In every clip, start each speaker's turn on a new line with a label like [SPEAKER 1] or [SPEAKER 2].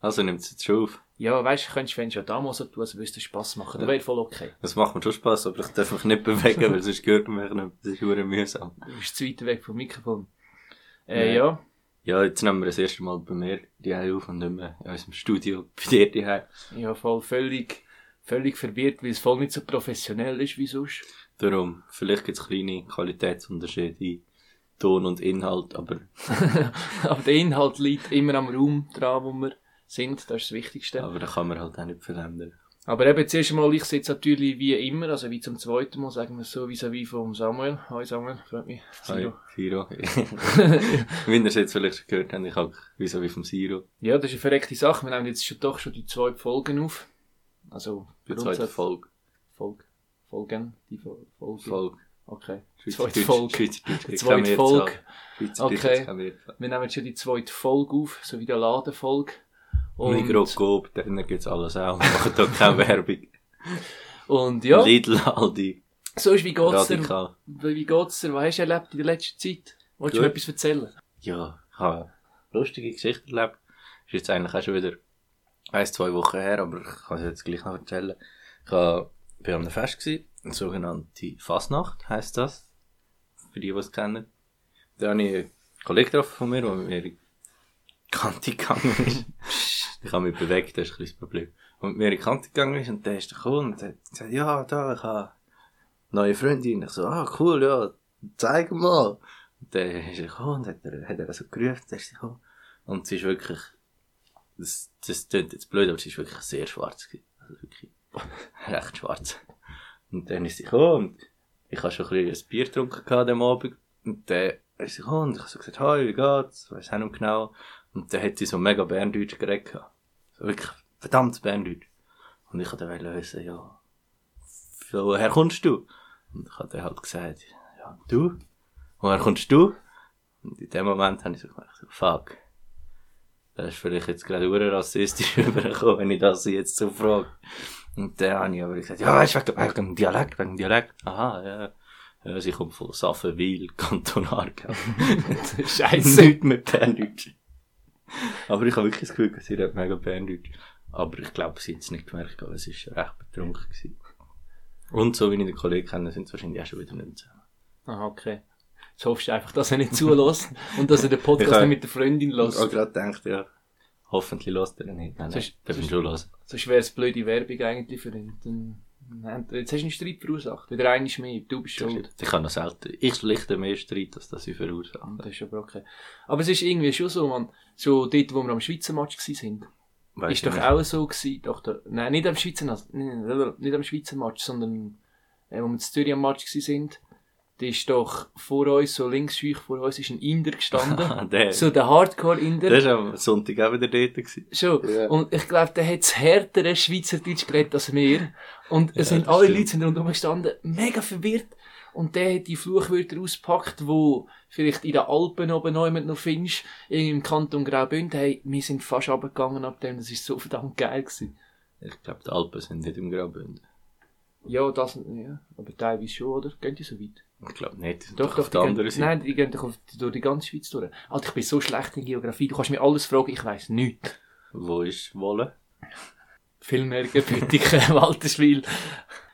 [SPEAKER 1] Also nimmt es jetzt schon auf.
[SPEAKER 2] Ja, weißt du, könntest du schon damals so tun, als würde es Spass machen. Das wäre voll okay.
[SPEAKER 1] Das macht mir schon Spass, aber ich darf mich nicht bewegen, weil sonst gehört man mich nicht. Das ist hure mühsam.
[SPEAKER 2] Du bist zu weit weg vom Mikrofon. Äh,
[SPEAKER 1] Nein.
[SPEAKER 2] ja.
[SPEAKER 1] Ja, jetzt nehmen wir das erste Mal bei mir die Hause auf und nicht mehr in unserem Studio bei dir die Hause.
[SPEAKER 2] Ja, voll völlig, völlig verwirrt, weil es voll nicht so professionell ist wie sonst.
[SPEAKER 1] Darum, vielleicht gibt es kleine Qualitätsunterschiede in Ton und Inhalt, aber
[SPEAKER 2] Aber der Inhalt liegt immer am Raum dran, wo wir sind. Das ist das Wichtigste.
[SPEAKER 1] Aber das kann man halt auch nicht verändern.
[SPEAKER 2] Aber eben, zuerst einmal, ich sitze natürlich wie immer, also wie zum zweiten Mal, sagen wir es so, vis-à-vis vom Samuel. Hi Samuel, freut mich.
[SPEAKER 1] Hi,
[SPEAKER 2] Siro.
[SPEAKER 1] Siro. Wie ihr es jetzt vielleicht gehört habt, ich habe wieso wie vom Siro.
[SPEAKER 2] Ja, das ist eine verreckte Sache. Wir nehmen jetzt schon, doch schon die zwei Folgen auf. Also,
[SPEAKER 1] Die zweite
[SPEAKER 2] grundsätzlich-
[SPEAKER 1] Folge.
[SPEAKER 2] Folge. Folgen, die Fol- Folge.
[SPEAKER 1] Folge.
[SPEAKER 2] Okay. Zweite
[SPEAKER 1] Schweizerdeutsch.
[SPEAKER 2] Folge.
[SPEAKER 1] Schweizerdeutsch.
[SPEAKER 2] Die
[SPEAKER 1] Ich
[SPEAKER 2] zweite
[SPEAKER 1] kann mir jetzt
[SPEAKER 2] Folge.
[SPEAKER 1] sagen. Schweizerdeutsch,
[SPEAKER 2] Okay.
[SPEAKER 1] ich kann mir jetzt sagen.
[SPEAKER 2] Wir nehmen jetzt schon die zweite Folge auf, so wie der Ladenfolge.
[SPEAKER 1] Mikroskop, dann gibt es alles auch. Wir machen da keine Werbung.
[SPEAKER 2] und ja,
[SPEAKER 1] Lidl, Aldi,
[SPEAKER 2] so ist, wie geht's dir?
[SPEAKER 1] Radikal.
[SPEAKER 2] Wie geht's dir? Was hast du erlebt in der letzten Zeit? Wolltest du mir
[SPEAKER 1] Gut.
[SPEAKER 2] etwas erzählen?
[SPEAKER 1] Ja, ich habe lustige Geschichte erlebt. Ist jetzt eigentlich auch schon wieder ein, zwei Wochen her, aber ich kann es jetzt gleich noch erzählen. Ich war bei einem Fest, gewesen, eine sogenannte Fasnacht heisst das. Für die, die es kennen. Da habe ich einen Kollegen getroffen von mir, der mit mir in die Kante gegangen ist. ich habe mich bewegt, das ist ein kleines Problem. Und mit mir in die Kante gegangen ist und der ist gekommen und hat gesagt, ja, da, ich habe eine neue Freundin. Ich so, ah, cool, ja, zeig mal. Und dann ist er gekommen und hat er, hat er so gerufen, dann ist sie gekommen. Und sie ist wirklich, das, das klingt jetzt blöd, aber sie ist wirklich sehr schwarz gewesen. Also wirklich recht schwarz. Und dann ist sie gekommen und ich habe schon ein bisschen ein Bier getrunken gehabt an dem Abend. Und dann ist sie gekommen und ich habe so gesagt, hi, wie geht's? Weiss auch nicht genau. Und dann hat sie so mega Berndeutsch geredet. gehabt. So wirklich verdammt Berndeutsch. Und ich wollte dann wissen, ja, woher kommst du? Und ich habe dann halt gesagt, ja, du? Woher kommst du? Und in dem Moment habe ich so gedacht, so, fuck. Das ist vielleicht jetzt gerade hure rassistisch rübergekommen, wenn ich das jetzt so frage. Und dann habe ich aber gesagt, ja, weißt du, wegen, wegen dem Dialekt, wegen dem Dialekt. Aha, ja. ja sie kommt von Saffenwil, Kanton Aargau.
[SPEAKER 2] Scheiße.
[SPEAKER 1] Nichts mit Berndeutsch. Aber ich habe wirklich das Gefühl, sie redet mega Berndeutsch. Aber ich glaube, sie hat es nicht gemerkt, aber es war recht betrunken. Gewesen. Und so wie ich den Kollegen kenne, sind sie wahrscheinlich auch schon wieder nicht zusammen.
[SPEAKER 2] Aha, okay. Jetzt hoffst du einfach, dass er nicht zulässt und dass er den Podcast
[SPEAKER 1] Ich hab-
[SPEAKER 2] nicht mit der Freundin
[SPEAKER 1] Ich habe
[SPEAKER 2] lässt.
[SPEAKER 1] gerade gedacht, ja, hoffentlich lässt er ihn nicht. Nein, nein,
[SPEAKER 2] Sonst-
[SPEAKER 1] darf
[SPEAKER 2] sonst-
[SPEAKER 1] ihn schon hören.
[SPEAKER 2] Sonst wäre es blöde Werbung eigentlich für ihn. Dann, dann- jetzt hast du einen Streit verursacht. Wieder einer ist mehr. Du bist schuld.
[SPEAKER 1] Ich kann noch selten, ich schlichte mehr Streit, als dass ich verursache.
[SPEAKER 2] Das ist aber okay. Aber es ist irgendwie schon so, man. So dort, wo wir am Schweizer Match waren.
[SPEAKER 1] Weiss
[SPEAKER 2] ist
[SPEAKER 1] ich
[SPEAKER 2] doch
[SPEAKER 1] nicht.
[SPEAKER 2] auch so gewesen, doch der, nein, nicht am Schweizer, Nas- nein, nein, nein, nicht am Schweizer Match, sondern, äh, wo wir in Zürich am Match gewesen sind, da ist doch vor uns, so links schüch vor uns, ist ein Inder
[SPEAKER 1] Ah,
[SPEAKER 2] gestanden.
[SPEAKER 1] der,
[SPEAKER 2] so der Hardcore-Inder.
[SPEAKER 1] der ist am Sonntag auch wieder dort gewesen.
[SPEAKER 2] Schon.
[SPEAKER 1] Ja.
[SPEAKER 2] Und ich glaube, der hat das härtere Schweizerdeutsch geredet als wir. Und es
[SPEAKER 1] Ja,
[SPEAKER 2] sind
[SPEAKER 1] das
[SPEAKER 2] alle
[SPEAKER 1] stimmt.
[SPEAKER 2] Leute sind rundherum gestanden, mega verwirrt. Und der hat die Fluchwörter ausgepackt, wo vielleicht in den Alpen oben jemand noch findest, im Kanton Graubünden. Hey, wir sind fast runtergegangen ab dem, das ist so verdammt geil gewesen.
[SPEAKER 1] Ich glaube, die Alpen sind nicht im Graubünden.
[SPEAKER 2] Ja, das, ja, aber teilweise schon, oder? Gehen die so weit?
[SPEAKER 1] Ich glaube nicht.
[SPEAKER 2] Doch, doch,
[SPEAKER 1] auf der
[SPEAKER 2] die
[SPEAKER 1] anderen
[SPEAKER 2] gehen,
[SPEAKER 1] Seite.
[SPEAKER 2] nein, die gehen doch auf, durch die ganze Schweiz durch. Alter, ich bin so schlecht in Geografie, du kannst mir alles fragen, ich weiss nichts.
[SPEAKER 1] Wo ist Wolle?
[SPEAKER 2] Filmmerken, Püttiken, Walterschwil.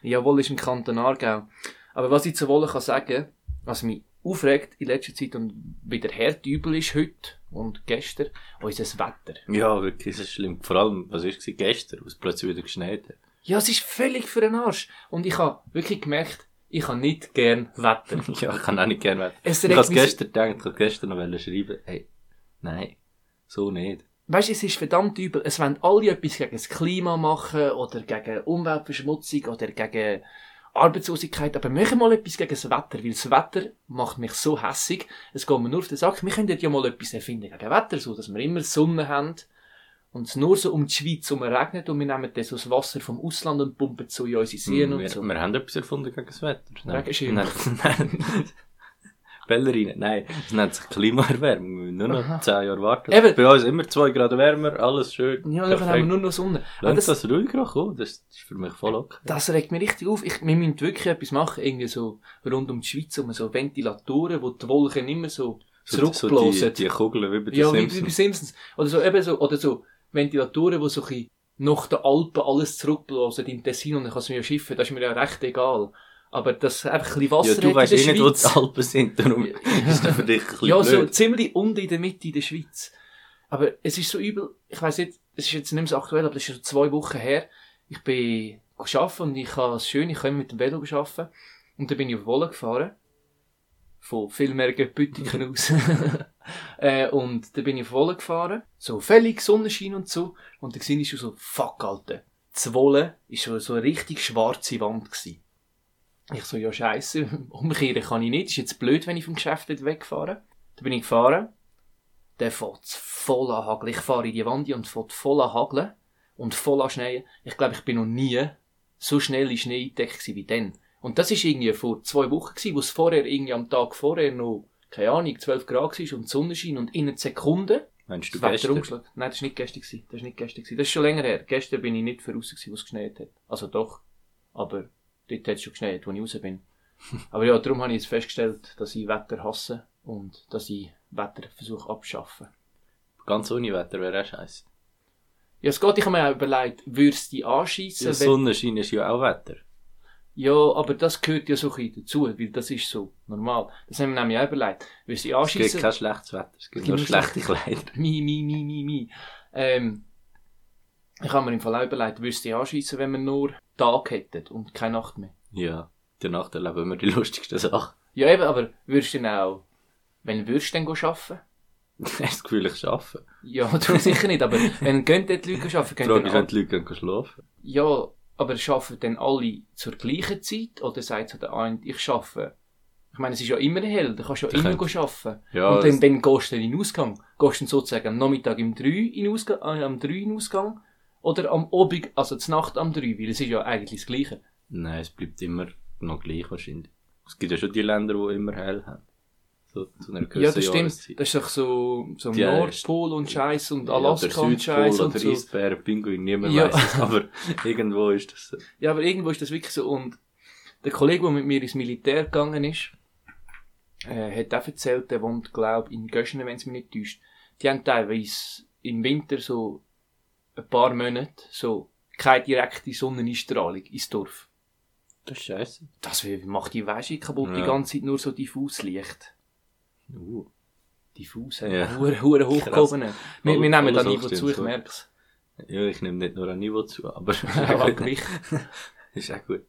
[SPEAKER 2] Jawohl, ist im Kanton Aargau. Aber was ich zu Wolle kann sagen, was mich aufregt in letzter Zeit und wieder hart übel ist heute und gestern, unser Wetter.
[SPEAKER 1] Ja, wirklich, das ist schlimm. Vor allem, was war gestern, wo es plötzlich wieder geschneit hat.
[SPEAKER 2] Ja, es ist völlig für den Arsch. Und ich habe wirklich gemerkt, ich habe nicht gern Wetter.
[SPEAKER 1] Ja, ich kann auch nicht gerne werden.
[SPEAKER 2] Es
[SPEAKER 1] Ich habe
[SPEAKER 2] regt
[SPEAKER 1] es
[SPEAKER 2] mich...
[SPEAKER 1] gestern gedacht, ich habe gestern noch wollen schreiben hey, nein, so nicht.
[SPEAKER 2] Weißt du, es ist verdammt übel. Es wollen alle etwas gegen das Klima machen oder gegen Umweltverschmutzung oder gegen Arbeitslosigkeit. Aber machen mal etwas gegen das Wetter, weil das Wetter macht mich so hässig. Es geht mir nur auf den Sack. Wir könnten ja mal etwas erfinden gegen Wetter, so dass wir immer Sonne haben und es nur so um die Schweiz herum regnet und wir nehmen dann so das Wasser vom Ausland und pumpen es so in unsere Seen
[SPEAKER 1] Mm, wir,
[SPEAKER 2] und so.
[SPEAKER 1] wir haben etwas erfunden gegen das Wetter.
[SPEAKER 2] Regenschirm.
[SPEAKER 1] Nein. nein. Ballerinen, nein, es nennt sich Klimaerwärmung. Wir müssen nur noch
[SPEAKER 2] Aha.
[SPEAKER 1] 10 Jahre warten.
[SPEAKER 2] Eben.
[SPEAKER 1] Bei uns immer 2 Grad wärmer, alles schön.
[SPEAKER 2] Ja, dann haben wir
[SPEAKER 1] perfekt.
[SPEAKER 2] nur noch Sonne. Aber
[SPEAKER 1] Lass
[SPEAKER 2] das-
[SPEAKER 1] das ruhig kommen, das ist für mich voll okay.
[SPEAKER 2] Das regt mich richtig auf. Ich, wir müssen wirklich etwas machen, irgendwie so rund um die Schweiz, um so Ventilatoren, wo die Wolken immer so
[SPEAKER 1] So, so
[SPEAKER 2] zurückblasen.
[SPEAKER 1] die, die Kugeln wie bei den
[SPEAKER 2] ja, wie- wie bei
[SPEAKER 1] Simpsons.
[SPEAKER 2] Simpsons. Oder so, eben so, oder so Ventilatoren, die so ein bisschen nach den Alpen alles zurückblasen in Tessin und dann kannst du mir ja schiffen, das ist mir ja recht egal. Aber das einfach ein bisschen Wasser
[SPEAKER 1] Ja, du
[SPEAKER 2] hat
[SPEAKER 1] weißt
[SPEAKER 2] in
[SPEAKER 1] eh
[SPEAKER 2] der
[SPEAKER 1] nicht, wo die
[SPEAKER 2] Schweiz.
[SPEAKER 1] Alpen sind, darum ist das für dich ein bisschen
[SPEAKER 2] Ja, so
[SPEAKER 1] blöd.
[SPEAKER 2] ziemlich unten in der Mitte in der Schweiz. Aber es ist so übel, ich weiss nicht, es ist jetzt nicht mehr so aktuell, aber es ist schon zwei Wochen her. Ich bin arbeiten und ich habe es schön, ich kann immer mit dem Velo arbeiten. Und dann bin ich auf Wolle gefahren. Von Villmergen-Büttiken aus. äh, und dann bin ich auf Wolle gefahren. So völlig Sonnenschein und so. Und dann sehe ich schon so, fuck, Alter. Das Wolle war so, so eine richtig schwarze Wand. Gewesen. Ich so, ja scheiße, umkehren kann ich nicht. Ist jetzt blöd, wenn ich vom Geschäft nicht wegfahre. Da bin ich gefahren. Dann fährt voll an Hageln. Ich fahre in die Wand und fährt voll an Hageln und voll an Schnee. Ich glaube, ich bin noch nie so schnell in Schnee eingedeckt gewesen wie dann. Und das ist irgendwie vor zwei Wochen gewesen, wo es vorher irgendwie am Tag vorher noch, keine Ahnung, 12 Grad war und Sonnenschein und in einer Sekunde
[SPEAKER 1] Meinst du
[SPEAKER 2] das Wetter
[SPEAKER 1] gestern?
[SPEAKER 2] umgeschlagen. Nein, das war nicht gestern. gewesen. Das ist nicht gestern. gewesen. Das ist schon länger her. Gestern bin ich nicht für raus, gewesen, wo es geschneit hat. Also doch. Aber dort hat es schon geschneit, wo ich raus bin. Aber ja, darum habe ich jetzt festgestellt, dass ich Wetter hasse und dass ich Wetter versuche abzuschaffen.
[SPEAKER 1] Ganz ohne Wetter wäre auch scheiße.
[SPEAKER 2] Ja, es geht, ich habe mir auch überlegt, würdest du dich anschiessen?
[SPEAKER 1] Ja,
[SPEAKER 2] wenn-
[SPEAKER 1] Sonnenschein ist ja auch Wetter.
[SPEAKER 2] Ja, aber das gehört ja so ein bisschen dazu, weil das ist so normal. Das haben wir nämlich auch überlegt. Würdest du dich
[SPEAKER 1] Es gibt
[SPEAKER 2] anschiessen?
[SPEAKER 1] kein schlechtes Wetter, es gibt
[SPEAKER 2] Es gibt
[SPEAKER 1] nur
[SPEAKER 2] nur
[SPEAKER 1] schlechte Kleider.
[SPEAKER 2] Mi, mi, mi, mi, mi. Ähm, ich habe mir im Fall auch überlegt, würdest du dich anschiessen, wenn wir nur Tag hätten und keine Nacht mehr?
[SPEAKER 1] Ja, danach erleben wir die lustigsten Sachen.
[SPEAKER 2] Ja eben, aber würdest du dann auch, wenn würdest du denn gehen arbeiten?
[SPEAKER 1] Hast du das Gefühl, ich arbeite?
[SPEAKER 2] Ja, du sicher nicht, aber wenn gehen dort die Leute
[SPEAKER 1] Die
[SPEAKER 2] arbeiten, gehen
[SPEAKER 1] Frage
[SPEAKER 2] dann
[SPEAKER 1] ist,
[SPEAKER 2] alle,
[SPEAKER 1] wenn die Leute gehen schlafen.
[SPEAKER 2] Ja, aber arbeiten dann alle zur gleichen Zeit? Oder sagt so der eine, ich arbeite? Ich meine, es ist ja immer hell, du kannst ja
[SPEAKER 1] Da
[SPEAKER 2] immer
[SPEAKER 1] könnt-
[SPEAKER 2] arbeiten.
[SPEAKER 1] Ja,
[SPEAKER 2] und dann,
[SPEAKER 1] es-
[SPEAKER 2] dann gehst du dann in den Ausgang. Gehst du dann sozusagen am Nachmittag im 3 in den Ausgang, äh, am 3 in den Ausgang oder am Obig, also zur Nacht am 3, weil es ist ja eigentlich das Gleiche.
[SPEAKER 1] Nein, es bleibt immer noch gleich wahrscheinlich. Es gibt ja schon die Länder, die immer hell haben. So, zu einer gewissen
[SPEAKER 2] Ja, das stimmt.
[SPEAKER 1] Jahreszeit.
[SPEAKER 2] Das ist doch so, so
[SPEAKER 1] Die-
[SPEAKER 2] Nordpol und Scheiß und
[SPEAKER 1] Ja, oder
[SPEAKER 2] Alaska
[SPEAKER 1] Südpol
[SPEAKER 2] und Scheiß und
[SPEAKER 1] oder
[SPEAKER 2] so.
[SPEAKER 1] Eisbär, Pinguin, niemand
[SPEAKER 2] Ja.
[SPEAKER 1] weiss es, aber irgendwo ist das so.
[SPEAKER 2] Ja, aber irgendwo ist das wirklich so. Und der Kollege, der mit mir ins Militär gegangen ist, äh, hat auch erzählt, der wohnt, glaube ich, in Göschenen, wenn es mich nicht täuscht. Die haben teilweise im Winter so ein paar Monate so keine direkte Sonneneinstrahlung ins Dorf.
[SPEAKER 1] Das ist scheiße.
[SPEAKER 2] Das macht die Wäsche kaputt, die
[SPEAKER 1] Ja.
[SPEAKER 2] ganze Zeit nur so diffus Licht.
[SPEAKER 1] Uh,
[SPEAKER 2] Diffus,
[SPEAKER 1] Ja.
[SPEAKER 2] ja. Hure, hure hochgehoben. Wir, wir nehmen
[SPEAKER 1] Alles
[SPEAKER 2] da Niveau
[SPEAKER 1] hochstimmt,
[SPEAKER 2] zu, ich
[SPEAKER 1] so.
[SPEAKER 2] merke es.
[SPEAKER 1] ja, ich nehme nicht nur an Niveau zu, aber
[SPEAKER 2] Aber Gewicht.
[SPEAKER 1] ist auch gut.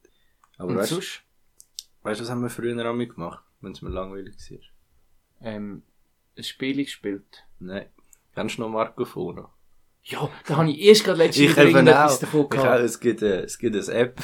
[SPEAKER 1] Aber
[SPEAKER 2] Und
[SPEAKER 1] weißt du,
[SPEAKER 2] sonst?
[SPEAKER 1] weißt, du, was haben wir früher auch gemacht, wenn es mir langweilig war?
[SPEAKER 2] Ähm, ein Spiel gespielt.
[SPEAKER 1] Nein. Kennst du noch Marco Fono?
[SPEAKER 2] Ja, da habe ich erst gerade letztens wieder irgendetwas davon
[SPEAKER 1] Ich auch,
[SPEAKER 2] gehabt.
[SPEAKER 1] es gibt, äh, es gibt eine App.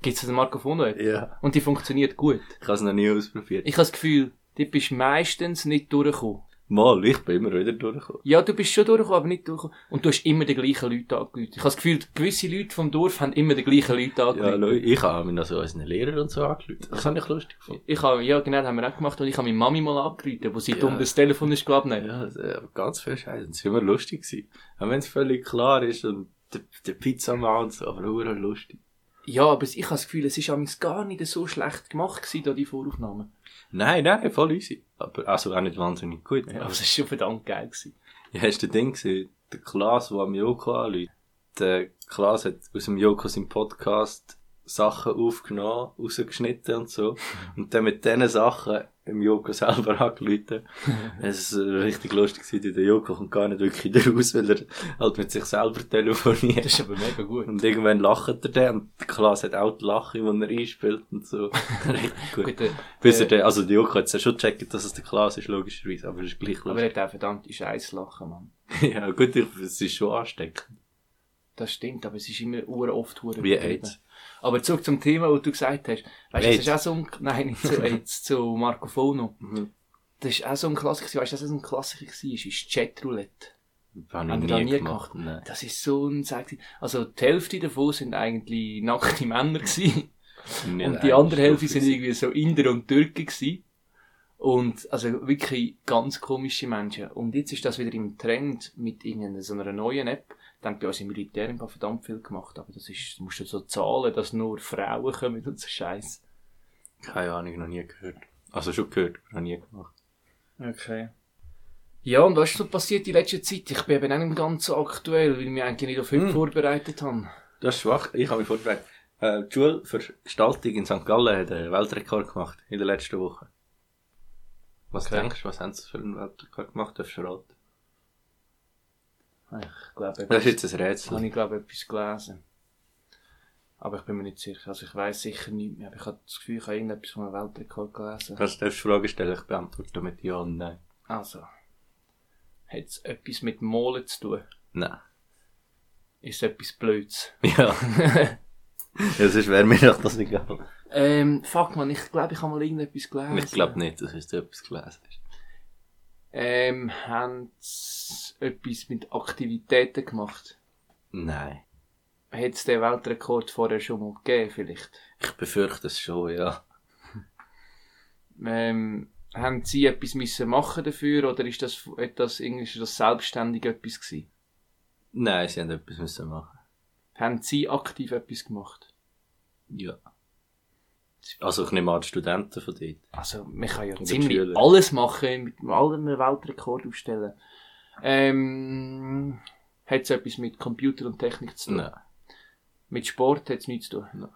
[SPEAKER 2] Gibt's den Marco Fono App?
[SPEAKER 1] ja.
[SPEAKER 2] Und die funktioniert gut.
[SPEAKER 1] Ich habe es noch nie ausprobiert.
[SPEAKER 2] Ich habe das Gefühl, du bist meistens nicht durchgekommen.
[SPEAKER 1] Mal, ich bin immer wieder durchgekommen.
[SPEAKER 2] Ja, du bist schon durchgekommen, aber nicht durchgekommen. Und du hast immer die gleichen Leute angerufen. Ich habe das Gefühl, gewisse Leute vom Dorf haben immer die gleichen Leute
[SPEAKER 1] Ja,
[SPEAKER 2] angerufen.
[SPEAKER 1] schau, ich habe mich noch so als einen Lehrer und so angelüht. Das habe ich lustig gefunden.
[SPEAKER 2] ich habe, ja, genau, das haben wir auch gemacht. Und ich habe meine Mami mal angerufen, wo sie
[SPEAKER 1] Ja.
[SPEAKER 2] dumm das Telefon ist, glaube ich.
[SPEAKER 1] Ja, das, äh, ganz viel Scheiße. Das ist immer lustig gewesen. Auch wenn es völlig klar ist und der, der Pizzamann und so, aber auch lustig.
[SPEAKER 2] Ja, dus aber ich habe das Gefühl, es ist amigs gar nicht so schlecht gemacht gewesen, da die Voraufnahmen.
[SPEAKER 1] Nein, nein, voll easy. Aber, also auch nicht wahnsinnig gut.
[SPEAKER 2] Ja, aber es ist schon verdammt geil gewesen.
[SPEAKER 1] Ja, hast du den Ding gesehen? Der Klaas, der am Joko anläutet. Der Klaas hat aus dem Joko seinen Podcast Sachen aufgenommen, rausgeschnitten und so. Und dann mit diesen Sachen im Joko selber angeläutet. es ist äh, richtig lustig gewesen, der Joko kommt gar nicht wirklich wieder raus, weil er halt mit sich selber telefoniert.
[SPEAKER 2] Das ist aber mega gut.
[SPEAKER 1] Und irgendwann lacht er dann und der Klaas hat auch die Lache, die er einspielt und so. richtig gut.
[SPEAKER 2] Gut, äh,
[SPEAKER 1] Bis er
[SPEAKER 2] äh,
[SPEAKER 1] dann, also der Joko hat es ja schon gecheckt, dass es der Klaas ist, logischerweise, aber es ist gleich
[SPEAKER 2] aber
[SPEAKER 1] lustig.
[SPEAKER 2] er hat auch verdammte Scheißlachen, Mann.
[SPEAKER 1] ja gut, ich, es ist schon ansteckend.
[SPEAKER 2] Das stimmt, aber es ist immer ur oft ur
[SPEAKER 1] Wie
[SPEAKER 2] übertrieben.
[SPEAKER 1] AIDS.
[SPEAKER 2] Aber zurück zum Thema, was du gesagt hast. Weißt du, das
[SPEAKER 1] AIDS.
[SPEAKER 2] ist auch so ein, nein, nicht zu AIDS, zu Marco Fono.
[SPEAKER 1] Mhm.
[SPEAKER 2] Das ist auch so ein Klassiker, weißt du, das ist so ein Klassiker gewesen, ist, ist Chatroulette.
[SPEAKER 1] Habe
[SPEAKER 2] Haben
[SPEAKER 1] ich
[SPEAKER 2] die das
[SPEAKER 1] nie
[SPEAKER 2] nie
[SPEAKER 1] gemacht. Nein.
[SPEAKER 2] Das ist so ein Sex. Also, die Hälfte davon sind eigentlich nackte Männer gewesen.
[SPEAKER 1] Nicht
[SPEAKER 2] und die
[SPEAKER 1] eine
[SPEAKER 2] andere Hälfte
[SPEAKER 1] Stufe
[SPEAKER 2] sind irgendwie so Inder und Türken gewesen. Und, also wirklich ganz komische Menschen. Und jetzt ist das wieder im Trend mit irgendeiner so einer neuen App. Dann bei uns im Militär ein paar verdammt viel gemacht. Aber das ist, du musst du so zahlen, dass nur Frauen kommen und so Scheiß.
[SPEAKER 1] Keine Ahnung, noch nie gehört. Also schon gehört, aber noch nie gemacht.
[SPEAKER 2] Okay. Ja, und was ist so passiert in letzter Zeit? Ich bin eben auch nicht ganz so aktuell, weil ich mich eigentlich nicht auf heute
[SPEAKER 1] Hm.
[SPEAKER 2] vorbereitet habe.
[SPEAKER 1] Das ist schwach. Ich habe mich vorbereitet. Äh, die Schule für Gestaltung in St. Gallen hat einen Weltrekord gemacht in der letzten Woche. Was
[SPEAKER 2] Okay.
[SPEAKER 1] denkst du, was haben sie für einen Weltrekord gemacht? Darfst du raten?
[SPEAKER 2] Ich glaube,
[SPEAKER 1] Das
[SPEAKER 2] etwas,
[SPEAKER 1] ist jetzt ein Rätsel.
[SPEAKER 2] habe ich glaube etwas gelesen. Aber ich bin mir nicht sicher. Also ich weiß sicher nicht mehr, aber ich habe das Gefühl, ich habe irgendetwas von einem Weltrekord gelesen.
[SPEAKER 1] Kannst du darfst Fragen stellen? Ich beantworte mit Ja und Nein.
[SPEAKER 2] Also, hat es etwas mit Molen zu tun?
[SPEAKER 1] Nein.
[SPEAKER 2] Ist es etwas Blödes?
[SPEAKER 1] Ja. ja sonst wäre mir doch das egal.
[SPEAKER 2] Ähm, fuck man, ich glaube, ich habe mal irgendetwas gelesen.
[SPEAKER 1] Ich glaube nicht, dass du etwas gelesen hast.
[SPEAKER 2] Ähm, haben sie etwas mit Aktivitäten gemacht?
[SPEAKER 1] Nein.
[SPEAKER 2] Hat es den Weltrekord vorher schon mal gegeben, vielleicht?
[SPEAKER 1] Ich befürchte es schon, ja.
[SPEAKER 2] Ähm, haben sie etwas müssen machen dafür oder ist das etwas, irgendwie ist das selbstständig etwas gewesen?
[SPEAKER 1] Nein, sie haben etwas müssen machen.
[SPEAKER 2] Haben sie aktiv etwas gemacht?
[SPEAKER 1] Ja. Also ich nehme an, die Studenten von dort.
[SPEAKER 2] Also, man kann ja
[SPEAKER 1] Oder
[SPEAKER 2] ziemlich
[SPEAKER 1] Schüler.
[SPEAKER 2] alles machen, mit allem einen Weltrekord aufstellen. Ähm, hat es etwas mit Computer und Technik zu tun?
[SPEAKER 1] Nein.
[SPEAKER 2] Mit Sport hat es nichts zu tun?
[SPEAKER 1] Nein.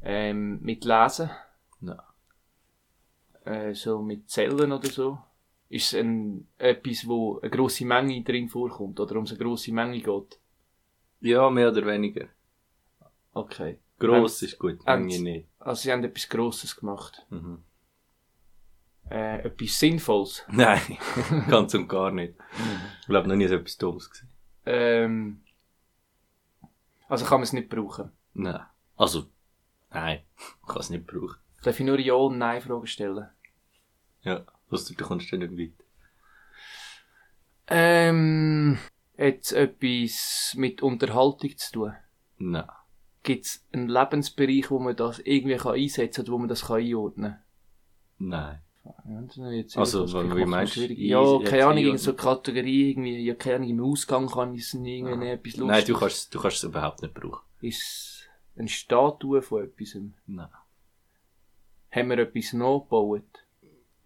[SPEAKER 2] Ähm, mit Lesen?
[SPEAKER 1] Nein.
[SPEAKER 2] Äh, so mit Zellen oder so? Ist es ein, etwas, wo eine grosse Menge drin vorkommt oder um eine grosse Menge geht?
[SPEAKER 1] Ja, mehr oder weniger.
[SPEAKER 2] Okay.
[SPEAKER 1] Gross ist gut,
[SPEAKER 2] Ähm,
[SPEAKER 1] Menge nicht.
[SPEAKER 2] Also sie haben etwas Grosses gemacht.
[SPEAKER 1] Mhm.
[SPEAKER 2] Äh, etwas Sinnvolles.
[SPEAKER 1] Nein, ganz und gar nicht. Ich glaube, noch nie ist etwas Dummes gewesen.
[SPEAKER 2] Ähm, also kann man es nicht brauchen.
[SPEAKER 1] Nein. Also, nein, ich kann es nicht brauchen.
[SPEAKER 2] Darf ich nur Ja und Nein Fragen stellen?
[SPEAKER 1] Ja, sonst du kommst du nicht weit.
[SPEAKER 2] Ähm, hat es etwas mit Unterhaltung zu tun?
[SPEAKER 1] Nein.
[SPEAKER 2] Gibt es einen Lebensbereich, wo man das irgendwie kann einsetzen kann oder wo man das kann einordnen kann?
[SPEAKER 1] Nein.
[SPEAKER 2] Ja, das ist jetzt
[SPEAKER 1] Also,
[SPEAKER 2] das
[SPEAKER 1] wie
[SPEAKER 2] macht man
[SPEAKER 1] meinst du,
[SPEAKER 2] schwierig.
[SPEAKER 1] ein-
[SPEAKER 2] Ja,
[SPEAKER 1] jetzt
[SPEAKER 2] keine Ahnung,
[SPEAKER 1] einordnen?
[SPEAKER 2] irgend so Kategorie, irgendwie, ja, keine Ahnung, im Ausgang kann ich es irgendwie nicht etwas lustig.
[SPEAKER 1] Ah. Nein, du kannst, du kannst es überhaupt nicht brauchen.
[SPEAKER 2] Ist es eine Statue von etwas? Haben
[SPEAKER 1] Nein.
[SPEAKER 2] wir etwas nachgebaut?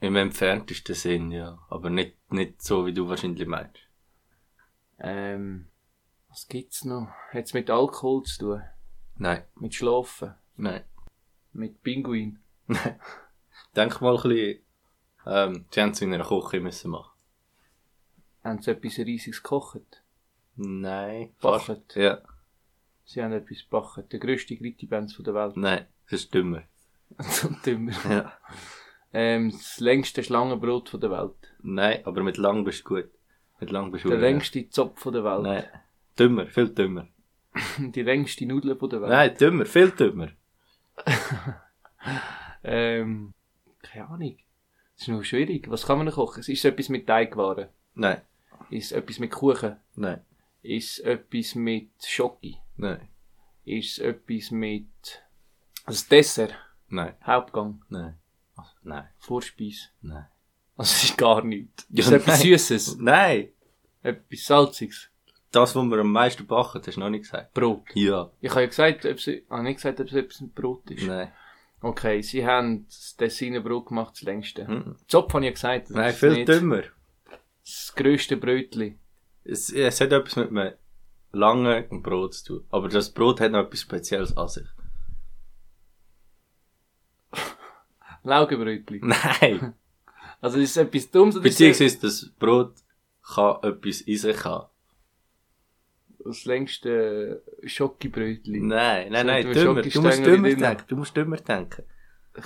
[SPEAKER 1] Im entferntesten Sinn, ja. Aber nicht, nicht so, wie du wahrscheinlich meinst.
[SPEAKER 2] Ähm, was gibt's noch? Hat's mit Alkohol zu tun?
[SPEAKER 1] Nein.
[SPEAKER 2] Mit Schlafen?
[SPEAKER 1] Nein.
[SPEAKER 2] Mit Pinguin?
[SPEAKER 1] Denk mal ein bisschen, ähm, sie haben es in einer Küche müssen machen.
[SPEAKER 2] Haben sie etwas Riesiges gekocht?
[SPEAKER 1] Nein.
[SPEAKER 2] Backen.
[SPEAKER 1] Ja.
[SPEAKER 2] Sie haben etwas gebacken. Der grösste Grittibenz von der Welt.
[SPEAKER 1] Nein. Das ist dümmer.
[SPEAKER 2] so dümmer.
[SPEAKER 1] Ja.
[SPEAKER 2] Ähm, das längste Schlangenbrot von der Welt.
[SPEAKER 1] Nein, aber mit lang bist du gut. Mit lang bist du
[SPEAKER 2] Der
[SPEAKER 1] gut.
[SPEAKER 2] längste Zopf von der Welt.
[SPEAKER 1] Nein. Dümmer, viel dümmer.
[SPEAKER 2] Die längste Nudel von der Welt.
[SPEAKER 1] Nein, dümmer, viel dümmer.
[SPEAKER 2] Ähm, keine Ahnung. Das ist noch schwierig. Was kann man noch kochen? Ist es etwas mit Teigwaren?
[SPEAKER 1] Nein,
[SPEAKER 2] Ist es etwas mit Kuchen?
[SPEAKER 1] nein,
[SPEAKER 2] Ist es etwas mit Schoki?
[SPEAKER 1] nein,
[SPEAKER 2] Ist es etwas mit... Also Dessert?
[SPEAKER 1] nein,
[SPEAKER 2] Hauptgang?
[SPEAKER 1] nein. Also, Nein,
[SPEAKER 2] Vorspeise?
[SPEAKER 1] nein.
[SPEAKER 2] Also es ist gar Dus nichts.
[SPEAKER 1] Ja,
[SPEAKER 2] ist es etwas
[SPEAKER 1] nein.
[SPEAKER 2] Süßes?
[SPEAKER 1] Nein!
[SPEAKER 2] Etwas Salziges?
[SPEAKER 1] Das, was wir am meisten backen, hast du noch nicht gesagt.
[SPEAKER 2] Brot?
[SPEAKER 1] Ja,
[SPEAKER 2] Ich habe ja gesagt, ob sie, habe nicht gesagt, ob es etwas mit Brot ist.
[SPEAKER 1] nein.
[SPEAKER 2] Okay, sie haben das Tessiner Brot gemacht, das längste.
[SPEAKER 1] Mhm.
[SPEAKER 2] Zopf habe ich ja gesagt. das
[SPEAKER 1] Nein,
[SPEAKER 2] ist
[SPEAKER 1] viel
[SPEAKER 2] nicht
[SPEAKER 1] dümmer.
[SPEAKER 2] Das grösste Brötli.
[SPEAKER 1] Es, es hat etwas mit einem langen Brot zu tun. Aber das Brot hat noch etwas Spezielles an sich.
[SPEAKER 2] Laugenbrötli.
[SPEAKER 1] Nein!
[SPEAKER 2] Also ist es etwas Dummes oder ist es
[SPEAKER 1] Beziehungsweise das Brot kann etwas in sich haben.
[SPEAKER 2] das längste Schokibrötli?
[SPEAKER 1] Nein, nein, nein,
[SPEAKER 2] Sollten
[SPEAKER 1] dümmer.
[SPEAKER 2] wir
[SPEAKER 1] Du musst
[SPEAKER 2] Schokostängel
[SPEAKER 1] dümmer
[SPEAKER 2] drin haben?
[SPEAKER 1] denken. Du musst dümmer denken.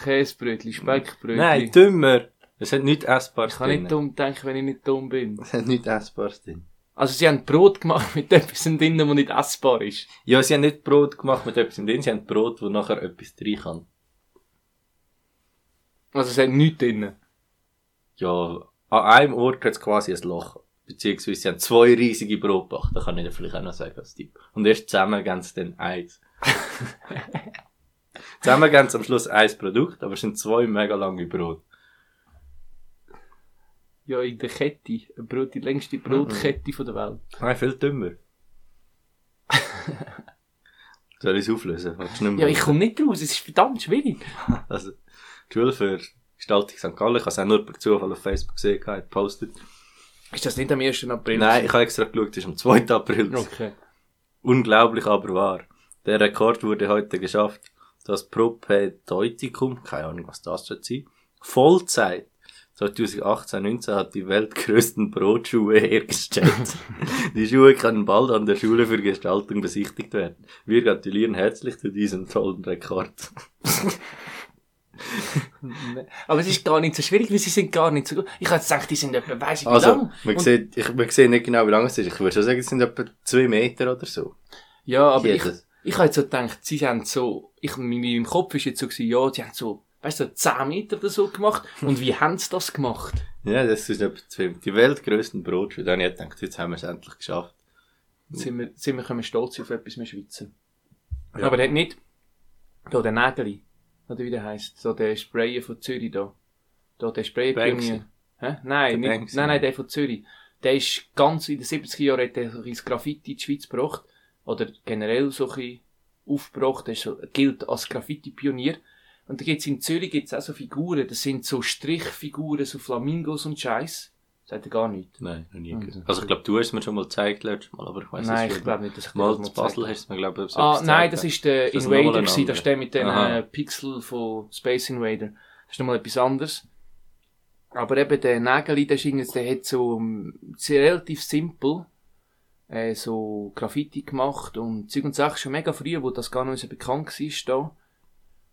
[SPEAKER 2] Käsebrötli, Speckbrötli.
[SPEAKER 1] Nein, dümmer. Es hat nichts Essbares
[SPEAKER 2] ich kann nicht dumm denken, wenn ich nicht dumm bin.
[SPEAKER 1] Es hat nichts Essbares drin.
[SPEAKER 2] Also sie haben Brot gemacht mit etwas drin, das nicht essbar ist.
[SPEAKER 1] Ja, sie haben nicht Brot gemacht mit etwas drin, sie haben Brot, wo nachher etwas drin kann.
[SPEAKER 2] Also es hat nichts drin.
[SPEAKER 1] Ja, an einem Ort hat es quasi ein Loch. Beziehungsweise sie haben zwei riesige Brot gemacht. Da kann ich dir vielleicht auch noch sagen als Tipp. Und erst zusammen geben sie dann eins. zusammen geben sie am Schluss eins Produkt, aber es sind zwei mega lange Brot.
[SPEAKER 2] Ja, in der Kette. Ein Brot, die längste Brotkette von der Welt.
[SPEAKER 1] Nein, viel dümmer. Soll ich es auflösen? Willst du nicht mehr
[SPEAKER 2] Ja, ich komme nicht raus, es ist verdammt schwierig.
[SPEAKER 1] Also, die Schule für Gestaltung St. Gallen, ich habe es auch nur per Zufall auf Facebook gesehen, gehabt, hat gepostet.
[SPEAKER 2] Ist das nicht am 1. April?
[SPEAKER 1] Nein, ich habe extra geschaut, es ist am 2. April.
[SPEAKER 2] Okay.
[SPEAKER 1] Unglaublich aber wahr. Der Rekord wurde heute geschafft. Das Propädeutikum, keine Ahnung, was das soll sein, Vollzeit. 2018-19 hat die weltgrößten Brotschuhe hergestellt. die Schuhe können bald an der Schule für Gestaltung besichtigt werden. Wir gratulieren herzlich zu diesem tollen Rekord.
[SPEAKER 2] Aber es ist gar nicht so schwierig, weil sie sind gar nicht so gut. Ich hätte gesagt, die sind etwa, weiss ich wie
[SPEAKER 1] Also,
[SPEAKER 2] lang.
[SPEAKER 1] man
[SPEAKER 2] Und-
[SPEAKER 1] sieht, ich, man sieht nicht genau, wie lang es ist. Ich würde schon sagen, es sind etwa zwei Meter oder so.
[SPEAKER 2] Ja, aber ich,
[SPEAKER 1] Jedes.
[SPEAKER 2] ich habe jetzt so gedacht, sie haben so, ich, in meinem Kopf ist jetzt so gewesen, ja, die haben so, weißt du, so 10 Meter oder so gemacht. Und wie haben sie das gemacht?
[SPEAKER 1] Ja, das ist etwa zwei, die weltgrößten Brotschuhe. Dann habe ich gedacht, jetzt haben wir es endlich geschafft.
[SPEAKER 2] Sind wir, sind wir, können wir stolz sein auf etwas, wir Schweizer.
[SPEAKER 1] Ja.
[SPEAKER 2] Aber dort nicht, da der Nägeli, oder wie der heisst, so der Sprayer von Zürich da. Da der
[SPEAKER 1] Banksy.
[SPEAKER 2] Spraypionier. Hä? Nein,
[SPEAKER 1] Der
[SPEAKER 2] nicht,
[SPEAKER 1] Banksy.
[SPEAKER 2] nein, nein, der von Zürich. Der ist ganz in den 70er Jahren hat er so ein bisschen Graffiti in die Schweiz gebracht. Oder generell so ein bisschen aufgebracht. Der ist so, gilt als Graffiti-Pionier. Und da gibt's in Zürich gibt's auch so Figuren. Das sind so Strichfiguren, so Flamingos und Scheiß. Das hat er gar nicht.
[SPEAKER 1] Nein, noch nie.
[SPEAKER 2] Mhm.
[SPEAKER 1] gehört. Also, ich glaube, du hast es mir schon mal gezeigt letztes Mal, aber ich weiß
[SPEAKER 2] Nein, ich glaube nicht, dass ich dir
[SPEAKER 1] Mal
[SPEAKER 2] das
[SPEAKER 1] zu
[SPEAKER 2] gezeigt
[SPEAKER 1] Basel
[SPEAKER 2] habe.
[SPEAKER 1] hast du mir, glaube ich, so
[SPEAKER 2] Ah,
[SPEAKER 1] etwas
[SPEAKER 2] nein,
[SPEAKER 1] gezeigt.
[SPEAKER 2] das ist der
[SPEAKER 1] Ist das nochmal
[SPEAKER 2] Invader
[SPEAKER 1] ein
[SPEAKER 2] gewesen, das ist
[SPEAKER 1] anderer?
[SPEAKER 2] der mit den
[SPEAKER 1] Aha.
[SPEAKER 2] äh, Pixel von Space Invader. Das ist nochmal etwas anderes. Aber eben der Nägeli, der, ist irgendwie- der hat so ähm, sehr relativ simpel äh, so Graffiti gemacht und Zeug und Sachen schon mega früh, wo das gar nicht so bekannt war da.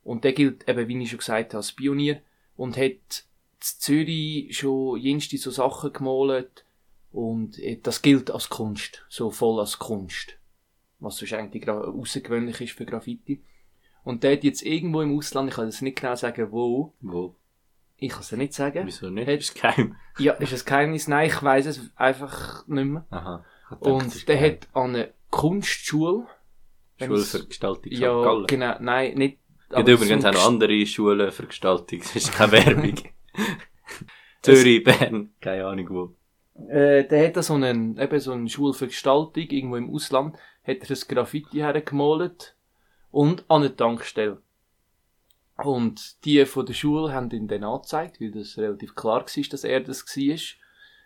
[SPEAKER 2] Und der gilt eben, wie ich schon gesagt habe, als Pionier und hat in Zürich schon jüngste so Sachen gemalt und äh, das gilt als Kunst, so voll als Kunst was sonst eigentlich gra- außergewöhnlich ist für Graffiti. Und der hat jetzt irgendwo im Ausland, ich kann es nicht genau sagen, wo,
[SPEAKER 1] Wo?
[SPEAKER 2] ich kann es dir nicht sagen.
[SPEAKER 1] Wieso nicht?
[SPEAKER 2] Hat-
[SPEAKER 1] Ist geheim.
[SPEAKER 2] Ja, ist ein Geheimnis? Nein, ich weiß es einfach nicht mehr.
[SPEAKER 1] Aha. Ich hab gedacht, das
[SPEAKER 2] Und
[SPEAKER 1] ist
[SPEAKER 2] der
[SPEAKER 1] geheim.
[SPEAKER 2] hat an einer Kunstschule, wenn
[SPEAKER 1] Schule
[SPEAKER 2] es-
[SPEAKER 1] für Gestaltung St.
[SPEAKER 2] ja,
[SPEAKER 1] Gallen.
[SPEAKER 2] genau, nein, nicht,
[SPEAKER 1] Es gibt
[SPEAKER 2] aber
[SPEAKER 1] übrigens
[SPEAKER 2] so
[SPEAKER 1] auch noch andere Schulen für Gestaltung. Das ist keine Werbung. Zürich, Bern, keine Ahnung wo.
[SPEAKER 2] Äh, der hat da so einen, eben so eine Schule für Gestaltung, irgendwo im Ausland, hat er ein Graffiti hergemalt und an eine Tankstelle. Und die von der Schule haben ihn dann angezeigt, weil das relativ klar war, dass er das war.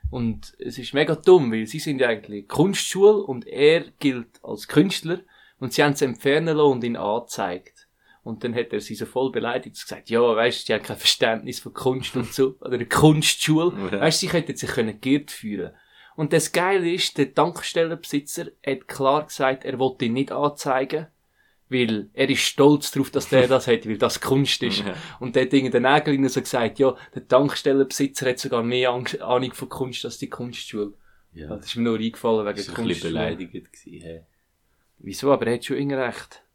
[SPEAKER 2] Und es ist mega dumm, weil sie sind ja eigentlich Kunstschule und er gilt als Künstler und sie haben es entfernen lassen und ihn angezeigt. Und dann hat er sie so voll beleidigt und gesagt, ja, weißt du, die haben kein Verständnis von Kunst und so, oder eine Kunstschule.
[SPEAKER 1] Ja.
[SPEAKER 2] Weißt du, sie könnten sich können geirrt führen. Und das Geile ist, der Tankstellenbesitzer hat klar gesagt, er wollte ihn nicht anzeigen, weil er ist stolz darauf, dass der das hat, weil das Kunst ist.
[SPEAKER 1] Ja.
[SPEAKER 2] Und der hat irgendwie der Nägelin so gesagt, ja, der Tankstellenbesitzer hat sogar mehr Ang- Ahnung von Kunst als die Kunstschule.
[SPEAKER 1] Ja,
[SPEAKER 2] Das ist mir nur eingefallen wegen
[SPEAKER 1] das
[SPEAKER 2] der
[SPEAKER 1] war ein bisschen
[SPEAKER 2] Kunstschule.
[SPEAKER 1] beleidigend. Gewesen, hey.
[SPEAKER 2] Wieso? Aber er hat schon irgendwie recht.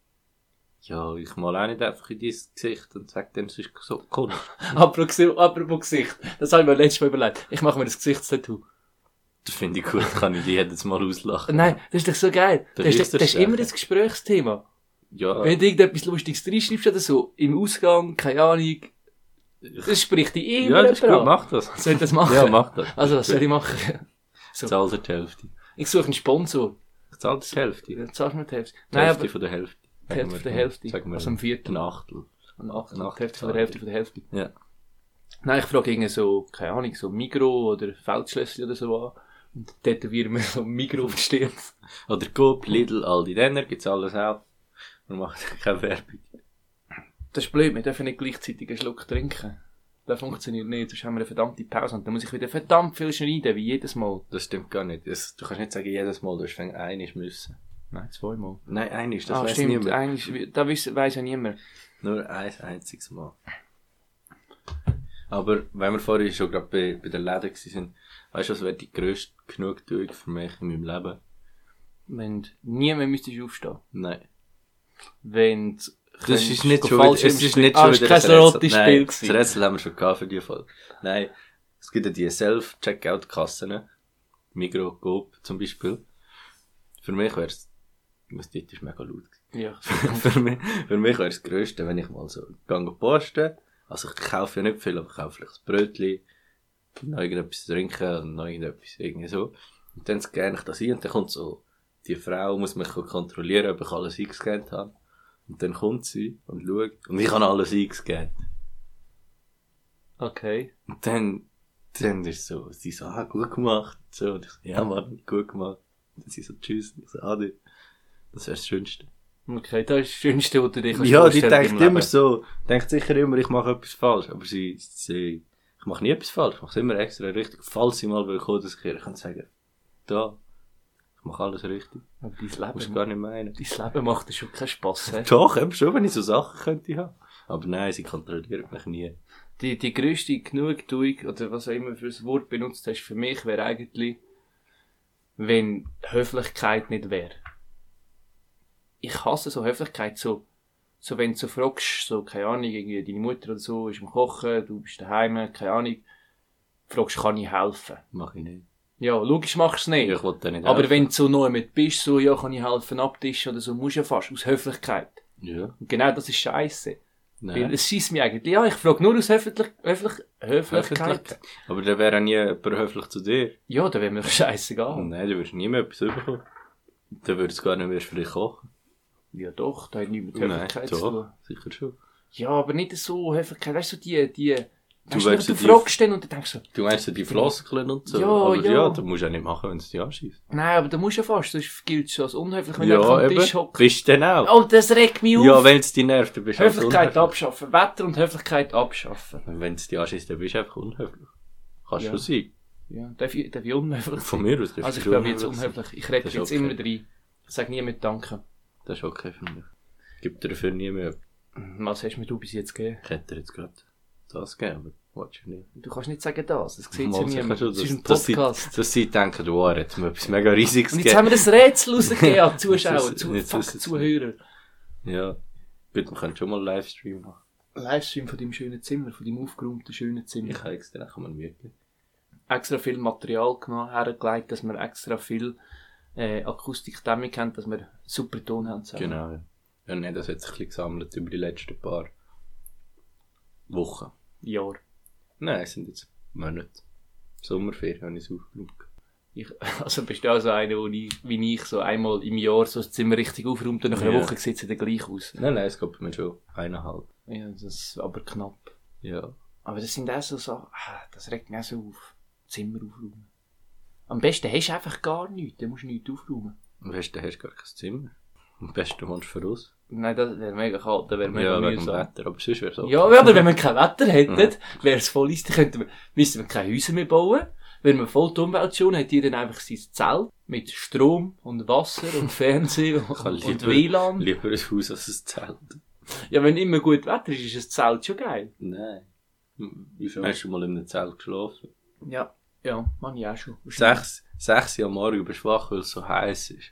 [SPEAKER 1] Ja, ich mal auch nicht einfach in dein Gesicht und sag dem, es ist so Kunst.
[SPEAKER 2] apropos, apropos Gesicht. Das habe ich mir letztes Mal überlegt. Ich mache mir das Gesichtstattoo.
[SPEAKER 1] Das finde ich gut, kann ich dich jedes Mal auslachen.
[SPEAKER 2] Nein, das ist doch so geil.
[SPEAKER 1] Der
[SPEAKER 2] Das ist,
[SPEAKER 1] Richter
[SPEAKER 2] das ist
[SPEAKER 1] Stern.
[SPEAKER 2] immer das Gesprächsthema.
[SPEAKER 1] Ja,
[SPEAKER 2] Wenn du irgendetwas Lustiges reinschreibst oder so, im Ausgang, keine Ahnung, das spricht dich immer
[SPEAKER 1] ja, das ist gut,
[SPEAKER 2] jemand an.
[SPEAKER 1] mach das.
[SPEAKER 2] Soll ich das machen?
[SPEAKER 1] Ja, mach das.
[SPEAKER 2] Also, was soll ich machen?
[SPEAKER 1] Ich zahle dir die Hälfte.
[SPEAKER 2] Ich suche einen Sponsor.
[SPEAKER 1] Ich zahle dir die Hälfte.
[SPEAKER 2] Dann zahlst du mir die Hälfte.
[SPEAKER 1] Die
[SPEAKER 2] Nein,
[SPEAKER 1] Hälfte
[SPEAKER 2] aber
[SPEAKER 1] von der Hälfte.
[SPEAKER 2] die Hälfte von der
[SPEAKER 1] Sagen
[SPEAKER 2] Hälfte.
[SPEAKER 1] wir
[SPEAKER 2] Also ein Viertel.
[SPEAKER 1] ein Achtel.
[SPEAKER 2] Ein Achtel.
[SPEAKER 1] ein Achtel
[SPEAKER 2] Die Hälfte von der Hälfte von der Hälfte.
[SPEAKER 1] Ja.
[SPEAKER 2] Nein, ich frage irgendwie so, keine Ahnung, so Migro oder Feldschlössli oder so an. Und dann tätowieren wir so Migro auf die Stirn.
[SPEAKER 1] Oder Coop, Lidl, Aldi, Denner, gibt's alles auch. Man macht keine Werbung.
[SPEAKER 2] Das ist blöd, wir dürfen nicht gleichzeitig einen Schluck trinken. Das funktioniert nicht, sonst haben wir eine verdammte Pause. Und dann muss ich wieder verdammt viel schneiden, wie jedes Mal.
[SPEAKER 1] Das stimmt gar nicht. Das, du kannst nicht sagen, jedes Mal, du hast fängst einiges müssen.
[SPEAKER 2] Nein, zweimal.
[SPEAKER 1] Nein, einiges, das
[SPEAKER 2] Das ah,
[SPEAKER 1] weiss
[SPEAKER 2] stimmt,
[SPEAKER 1] niemand.
[SPEAKER 2] eigentlich, da weiss, weiss ja niemand.
[SPEAKER 1] Nur ein einziges Mal. Aber wenn wir vorhin schon gerade bei, bei den Läden waren, weißt du, was wäre die grösste Genugtuung für mich in meinem Leben?
[SPEAKER 2] Wenn niemand müsstest aufstehen.
[SPEAKER 1] Nein.
[SPEAKER 2] Wenn du
[SPEAKER 1] Das
[SPEAKER 2] könntest
[SPEAKER 1] ist nicht
[SPEAKER 2] gehen
[SPEAKER 1] schon wieder,
[SPEAKER 2] falsch
[SPEAKER 1] es ist
[SPEAKER 2] umsteigen.
[SPEAKER 1] nicht
[SPEAKER 2] ah,
[SPEAKER 1] schon
[SPEAKER 2] ist
[SPEAKER 1] wieder
[SPEAKER 2] kein rotes Spiel
[SPEAKER 1] Nein,
[SPEAKER 2] gewesen.
[SPEAKER 1] Das Rätsel haben wir schon gehabt für die Folge. Nein, es gibt ja die Self-Checkout-Kassen. Migro, Coop zum Beispiel. Für mich wäre es, das dort ist mega laut.
[SPEAKER 2] Ja.
[SPEAKER 1] für mich, für mich wäre das Größte, wenn ich mal so gehe posten. Also ich kaufe ja nicht viel, aber ich kaufe vielleicht ein Brötchen, noch irgendetwas zu trinken und noch irgendetwas, irgendwie so. Und dann scanne ich das ein und dann kommt so, die Frau muss mich kontrollieren, ob ich alles eingescannt habe. Und dann kommt sie und schaut und ich habe alles eingescannt.
[SPEAKER 2] Okay.
[SPEAKER 1] Und dann, dann ist so, sie so, ah, gut gemacht. So, und ich so, ja, Mann, gut gemacht. Dann sie so, tschüss. Und ich so, ade. Das wäre das Schönste.
[SPEAKER 2] Okay, das ist das Schönste, was du dir kannst
[SPEAKER 1] Ja, die
[SPEAKER 2] vorstellen
[SPEAKER 1] denkt
[SPEAKER 2] im
[SPEAKER 1] immer
[SPEAKER 2] Leben.
[SPEAKER 1] so, denkt sicher immer, ich mache etwas falsch. Aber sie, sie ich mache nie etwas falsch. Ich mache es immer extra richtig, falls sie mal will kommen, dass ich ihr kann sagen, da, ich mache alles richtig.
[SPEAKER 2] Aber dein
[SPEAKER 1] Musst
[SPEAKER 2] Leben,
[SPEAKER 1] du gar nicht meinen.
[SPEAKER 2] dein Leben macht dir schon keinen Spass. hä?
[SPEAKER 1] Doch, eben schon, wenn ich so Sachen könnte haben. Aber nein, sie kontrolliert mich nie.
[SPEAKER 2] Die, die grösste Genugtuung, oder was auch immer für ein Wort benutzt hast, für mich wäre eigentlich, wenn Höflichkeit nicht wäre. Ich hasse so Höflichkeit, so, so wenn du so fragst, so, keine Ahnung, irgendwie deine Mutter oder so ist am Kochen, du bist daheim, keine Ahnung, fragst, kann ich helfen?
[SPEAKER 1] Mache ich nicht.
[SPEAKER 2] Ja, logisch machst du es nicht.
[SPEAKER 1] Ja, Ich wollte da nicht
[SPEAKER 2] Aber
[SPEAKER 1] helfen.
[SPEAKER 2] wenn du so neu mit bist, so, ja, kann ich helfen, abtischen oder so, musst du ja fast, aus Höflichkeit.
[SPEAKER 1] Ja,
[SPEAKER 2] Und genau das ist scheiße. Weil
[SPEAKER 1] nein.
[SPEAKER 2] es schießt mich eigentlich. Ja, ich frage nur aus Höflich Höflich Höflichkeit.
[SPEAKER 1] Höflichkeit. Aber dann wäre auch nie jemand höflich zu dir.
[SPEAKER 2] Ja, da wäre mir scheißegal.
[SPEAKER 1] Nein, dann würdest du nie mehr etwas bekommen. Dann würdest du gar nicht mehr für dich kochen.
[SPEAKER 2] Ja, doch, da hat nichts mit
[SPEAKER 1] Nein,
[SPEAKER 2] Höflichkeit zu tun.
[SPEAKER 1] doch, sicher schon.
[SPEAKER 2] Ja, aber nicht so Höflichkeit. Weißt du, so die, die, weißt du,
[SPEAKER 1] weißt so
[SPEAKER 2] du
[SPEAKER 1] die-
[SPEAKER 2] fragst dann und dann denkst du,
[SPEAKER 1] Du meinst ja die Floskeln und so.
[SPEAKER 2] Ja,
[SPEAKER 1] aber
[SPEAKER 2] ja.
[SPEAKER 1] ja. das musst du auch nicht machen, wenn es dich anschießt.
[SPEAKER 2] nein, aber da musst du ja fast, sonst gilt es schon als unhöflich, wenn du einfach
[SPEAKER 1] Ja,
[SPEAKER 2] am
[SPEAKER 1] eben.
[SPEAKER 2] Tisch hockst.
[SPEAKER 1] Bist du denn auch.
[SPEAKER 2] Oh, das regt mich
[SPEAKER 1] ja,
[SPEAKER 2] auf.
[SPEAKER 1] wenn es dich nervt, dann bist du einfach
[SPEAKER 2] Höflichkeit
[SPEAKER 1] unhöflich.
[SPEAKER 2] abschaffen. Wetter und Höflichkeit abschaffen.
[SPEAKER 1] Wenn es dich anschießt, dann bist du einfach unhöflich. Kannst
[SPEAKER 2] Ja.
[SPEAKER 1] schon sein.
[SPEAKER 2] Ja, darf ich, darf ich unhöflich
[SPEAKER 1] Von mir aus. darfst
[SPEAKER 2] Also ich
[SPEAKER 1] du
[SPEAKER 2] bin aber jetzt
[SPEAKER 1] sein.
[SPEAKER 2] unhöflich. Ich rede
[SPEAKER 1] Das
[SPEAKER 2] jetzt
[SPEAKER 1] ist okay.
[SPEAKER 2] immer rein. Ich sage nie mit Danke.
[SPEAKER 1] Das ist okay für mich. Gibt dir dafür nie mehr.
[SPEAKER 2] Was hast mir du bis jetzt gegeben?
[SPEAKER 1] Ich hätte dir jetzt gerade das gegeben, aber willst du nicht.
[SPEAKER 2] Du kannst nicht sagen das. Das sieht
[SPEAKER 1] Mal
[SPEAKER 2] ja
[SPEAKER 1] sicher
[SPEAKER 2] niemand.
[SPEAKER 1] schon,
[SPEAKER 2] Das ist ein
[SPEAKER 1] dass- dass sie-
[SPEAKER 2] Podcast.
[SPEAKER 1] Dass sie denken, wow, er hat mir etwas mega Riesiges
[SPEAKER 2] Und jetzt haben wir ein Rätsel rausgegeben an die Zuschauer,
[SPEAKER 1] Jetzt ist-
[SPEAKER 2] zu,
[SPEAKER 1] jetzt
[SPEAKER 2] fuck,
[SPEAKER 1] ist es-
[SPEAKER 2] Zuhörer.
[SPEAKER 1] Ja. Bitte, wir können schon mal einen Livestream machen.
[SPEAKER 2] Livestream von deinem schönen Zimmer, von deinem aufgeräumten schönen Zimmer.
[SPEAKER 1] Ich habe extra, kann man wirklich.
[SPEAKER 2] Extra viel Material genommen, hergelegt, dass wir extra viel äh, Akustikdämmung haben, dass wir super Ton haben. zusammen.
[SPEAKER 1] Genau, ja. Ja, nein, das hat sich ein bisschen gesammelt über die letzten paar Wochen.
[SPEAKER 2] Jahr.
[SPEAKER 1] Nein, es sind jetzt Monate. Sommerferien habe ich es aufgeräumt.
[SPEAKER 2] Ich, also bist du auch so einer, der nie- wie ich so einmal im Jahr so das Zimmer richtig aufräumt und nach einer
[SPEAKER 1] Ja.
[SPEAKER 2] Woche sieht es dann gleich aus.
[SPEAKER 1] Nein, nein, es geht bei mir schon eineinhalb.
[SPEAKER 2] Ja, das ist aber knapp.
[SPEAKER 1] Ja.
[SPEAKER 2] Aber das sind auch so Sachen, ah, das regt mich auch so auf. Zimmer aufräumen. Am besten hast du einfach gar nichts, dann musst du nichts aufräumen.
[SPEAKER 1] Am besten hast du gar kein Zimmer. Am besten du wohnst voraus.
[SPEAKER 2] Nein, das wäre mega kalt, das wäre mega
[SPEAKER 1] Ja, wegen dem
[SPEAKER 2] mühsam.
[SPEAKER 1] Wetter, aber sonst wäre es okay.
[SPEAKER 2] Ja, aber wenn wir kein Wetter hätten, wäre es voll easy, dann könnten wir, müssten wir keine Häuser mehr bauen. Wenn wir voll die Umwelt schon, hat jeder einfach sein Zelt mit Strom und Wasser und Fernsehen und,
[SPEAKER 1] kann
[SPEAKER 2] und
[SPEAKER 1] lieber-
[SPEAKER 2] WLAN.
[SPEAKER 1] Lieber ein Haus als ein Zelt.
[SPEAKER 2] Ja, wenn immer gut Wetter ist, ist ein Zelt schon geil.
[SPEAKER 1] Nein. Hm, Wieso? Hast du mal in einem Zelt geschlafen?
[SPEAKER 2] Ja. Ja, man ja auch schon.
[SPEAKER 1] Sechs, sechs Uhr am Morgen bist du wach, weil es so heiß ist.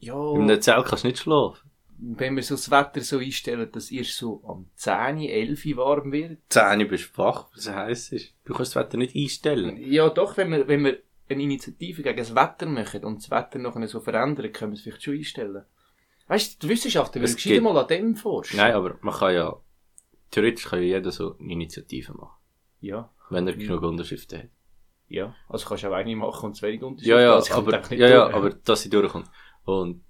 [SPEAKER 1] In
[SPEAKER 2] Ja.
[SPEAKER 1] einem Zelt kannst du nicht schlafen.
[SPEAKER 2] wenn wir so das Wetter so einstellen, dass ihr so am 10, 11 warm wird.
[SPEAKER 1] Zehn Uhr bist du wach, weil es heiß ist. Du kannst das Wetter nicht einstellen.
[SPEAKER 2] Ja, doch, wenn wir, wenn wir eine Initiative gegen das Wetter machen und das Wetter nachher so verändern, können wir es vielleicht schon einstellen. Weißt du, die Wissenschaftler
[SPEAKER 1] Es
[SPEAKER 2] würden gescheiter
[SPEAKER 1] gibt-
[SPEAKER 2] mal an dem forschen.
[SPEAKER 1] Nein, aber man kann ja, theoretisch kann ja jeder so eine Initiative machen.
[SPEAKER 2] Ja,
[SPEAKER 1] Wenn er genug Unterschriften hat.
[SPEAKER 2] ja. Also kannst du auch eine machen und zu wenig Unterschiede.
[SPEAKER 1] Ja, ja,
[SPEAKER 2] also ich
[SPEAKER 1] aber,
[SPEAKER 2] denke nicht
[SPEAKER 1] ja, ja,
[SPEAKER 2] durch.
[SPEAKER 1] aber dass sie durchkommt. Und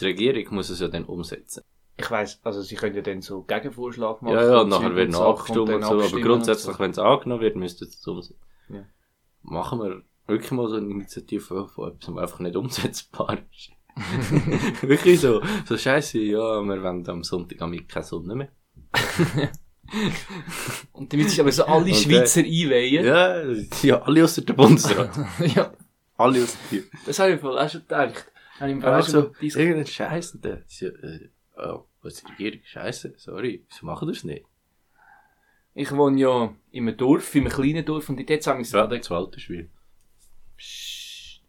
[SPEAKER 1] die Regierung muss es ja dann umsetzen.
[SPEAKER 2] Ich weiss, also sie können ja dann so Gegenvorschlag machen.
[SPEAKER 1] Ja, ja,
[SPEAKER 2] und
[SPEAKER 1] und nachher
[SPEAKER 2] Zeug
[SPEAKER 1] wird
[SPEAKER 2] und
[SPEAKER 1] noch
[SPEAKER 2] Sachen
[SPEAKER 1] abgestimmt
[SPEAKER 2] dann
[SPEAKER 1] und so. Aber
[SPEAKER 2] abstimmen
[SPEAKER 1] grundsätzlich,
[SPEAKER 2] und
[SPEAKER 1] wenn es angenommen wird, müsste es umsetzen.
[SPEAKER 2] Ja.
[SPEAKER 1] Machen wir wirklich mal so eine Initiative von etwas, was einfach nicht umsetzbar ist. wirklich so. So scheiße, ja, wir wollen am Sonntag am keine Sonne mehr.
[SPEAKER 2] so. Und damit sich aber so alle
[SPEAKER 1] Und, äh,
[SPEAKER 2] Schweizer einweihen.
[SPEAKER 1] Ja, ja alle außer der Bundesrat.
[SPEAKER 2] Ja.
[SPEAKER 1] alle außer dir.
[SPEAKER 2] das habe ich voll auch schon gedacht. Habe ich mir auch schon
[SPEAKER 1] Also,
[SPEAKER 2] mal diskutiert.
[SPEAKER 1] irgendein Scheiß. und dann so, äh, Oh, was ist die Regierung? Scheiße, sorry, wieso machen das nicht?
[SPEAKER 2] Ich wohne ja in einem Dorf, in einem kleinen Dorf und dort hat es amigs-
[SPEAKER 1] Ja, das alte Spiel.
[SPEAKER 2] Psst.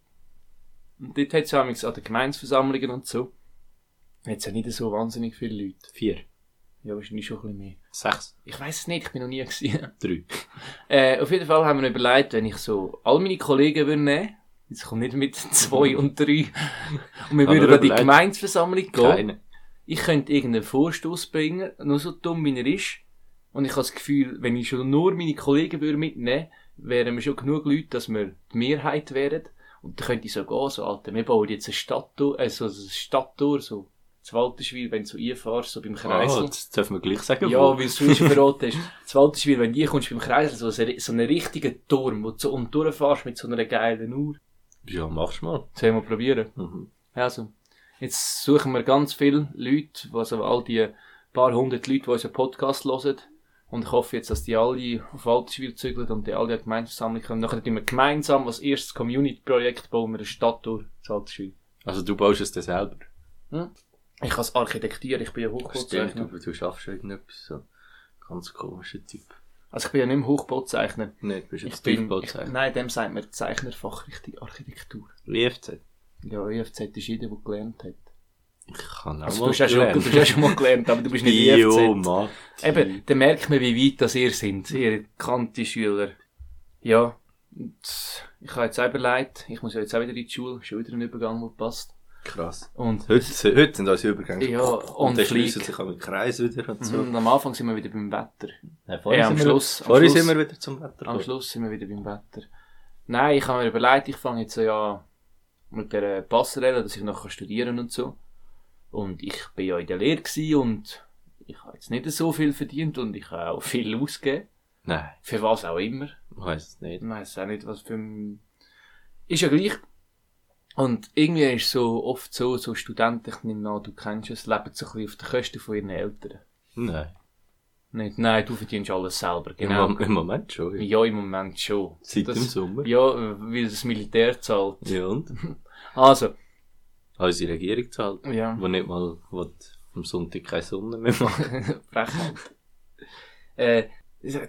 [SPEAKER 2] Und dort hat es amigs an den Gemeinsversammlungen und so. Jetzt ja nicht so wahnsinnig viele Leute.
[SPEAKER 1] Vier,
[SPEAKER 2] Ja, wahrscheinlich schon ein bisschen mehr.
[SPEAKER 1] sechs,
[SPEAKER 2] Ich weiß es nicht, ich bin noch nie gesehen.
[SPEAKER 1] drei.
[SPEAKER 2] Äh, auf jeden Fall haben wir überlegt, wenn ich so all meine Kollegen würde nehmen, jetzt kommt nicht mit zwei und drei, und wir
[SPEAKER 1] Haben
[SPEAKER 2] würden
[SPEAKER 1] wir
[SPEAKER 2] an die
[SPEAKER 1] überlegt?
[SPEAKER 2] Gemeinsversammlung gehen.
[SPEAKER 1] Keine.
[SPEAKER 2] ich könnte irgendeinen Vorstoß bringen, nur so dumm wie er ist. Und ich habe das Gefühl, wenn ich schon nur meine Kollegen würde mitnehmen wären wir schon genug Leute, dass wir die Mehrheit wären. Und dann könnte ich so gehen, so, Alter, wir bauen jetzt eine Stadt, äh, so ein Stadttor, so Das Walterschwil, wenn du so einfährst, so beim
[SPEAKER 1] Oh,
[SPEAKER 2] Kreisel.
[SPEAKER 1] das dürfen wir gleich sagen.
[SPEAKER 2] ja,
[SPEAKER 1] wo.
[SPEAKER 2] weil es sonst verrot ist. Das Walterschwil, wenn du einkommst beim Kreisel, so, ein- so einen richtigen Turm, wo du so unten durchfährst mit so einer geilen Uhr.
[SPEAKER 1] ja, machst mal.
[SPEAKER 2] Sollen wir probieren?
[SPEAKER 1] Mhm.
[SPEAKER 2] Ja, Also, jetzt suchen wir ganz viele Leute, also all die paar hundert Leute, die unseren Podcast hören. Und ich hoffe jetzt, dass die alle auf Waldschwil zügeln und die alle an die Gemeinschaftssammlung kommen. Nachher tun wir gemeinsam als erstes Community-Projekt bauen wir eine Stadt durch das Waldschwil.
[SPEAKER 1] Also du baust es dir selber.
[SPEAKER 2] Ich kann es architektieren, ich bin ja
[SPEAKER 1] Stimmt,
[SPEAKER 2] Hochbauzeichner.
[SPEAKER 1] aber du schaffst irgendetwas. So. Ganz komischer Typ.
[SPEAKER 2] Also ich bin ja nicht mehr Hochbauzeichner.
[SPEAKER 1] Nein, du bist
[SPEAKER 2] Ich
[SPEAKER 1] jetzt
[SPEAKER 2] bin, ich,
[SPEAKER 1] Tiefbauzeichner.
[SPEAKER 2] nein, dem sagt man Zeichnerfachrichtung Architektur.
[SPEAKER 1] IFZ.
[SPEAKER 2] Ja, IFZ ist jeder, der gelernt hat.
[SPEAKER 1] Ich kann auch
[SPEAKER 2] Also, du, hast ja schon, du hast ja schon mal gelernt, aber du bist nicht
[SPEAKER 1] Jo,
[SPEAKER 2] IFZ.
[SPEAKER 1] Mann.
[SPEAKER 2] Eben, dann merkt man, wie weit das ihr sind, ihr kannte Schüler. Ja, und ich habe jetzt auch überlegt, ich muss ja jetzt auch wieder in die Schule, schon wieder ein Übergang, der passt.
[SPEAKER 1] Krass.
[SPEAKER 2] Und
[SPEAKER 1] Heute, heute sind unsere Übergänge.
[SPEAKER 2] Ja, on
[SPEAKER 1] und dann schliessen
[SPEAKER 2] fleek.
[SPEAKER 1] sich auch mit Kreis wieder und so.
[SPEAKER 2] mhm. am Anfang sind wir wieder beim Wetter.
[SPEAKER 1] Nein,
[SPEAKER 2] Ja, am
[SPEAKER 1] sind wir-
[SPEAKER 2] Schluss, am
[SPEAKER 1] Vorhin
[SPEAKER 2] Schluss.
[SPEAKER 1] sind wir wieder zum Wetter
[SPEAKER 2] Am
[SPEAKER 1] gekommen.
[SPEAKER 2] Schluss sind wir wieder beim Wetter. Nein, ich habe mir überlegt, ich fange jetzt so ja mit der Passerelle, dass ich noch studieren kann und so. Und ich bin ja in der Lehre gewesen und ich habe jetzt nicht so viel verdient und ich habe auch viel ausgegeben.
[SPEAKER 1] Nein,
[SPEAKER 2] Für was auch immer.
[SPEAKER 1] ich weiss es nicht.
[SPEAKER 2] Ich weiß auch nicht, was für ein... Ist ja gleich. Und irgendwie ist so oft so, so Studenten, ich nehme an, du kennst es, leben so ein bisschen auf den Kosten von ihren Eltern.
[SPEAKER 1] Nein.
[SPEAKER 2] Nicht, nein, du verdienst alles selber,
[SPEAKER 1] Im,
[SPEAKER 2] genau.
[SPEAKER 1] Mom- Im Moment schon. ja.
[SPEAKER 2] Ja, im Moment schon.
[SPEAKER 1] Seit
[SPEAKER 2] Das-
[SPEAKER 1] dem Sommer.
[SPEAKER 2] Ja, äh, weil das Militär zahlt.
[SPEAKER 1] Ja, und?
[SPEAKER 2] Also,
[SPEAKER 1] Auch unsere Regierung zahlt,
[SPEAKER 2] ja.
[SPEAKER 1] die nicht mal will, am Sonntag keine Sonne mehr macht.
[SPEAKER 2] Frechheit. äh,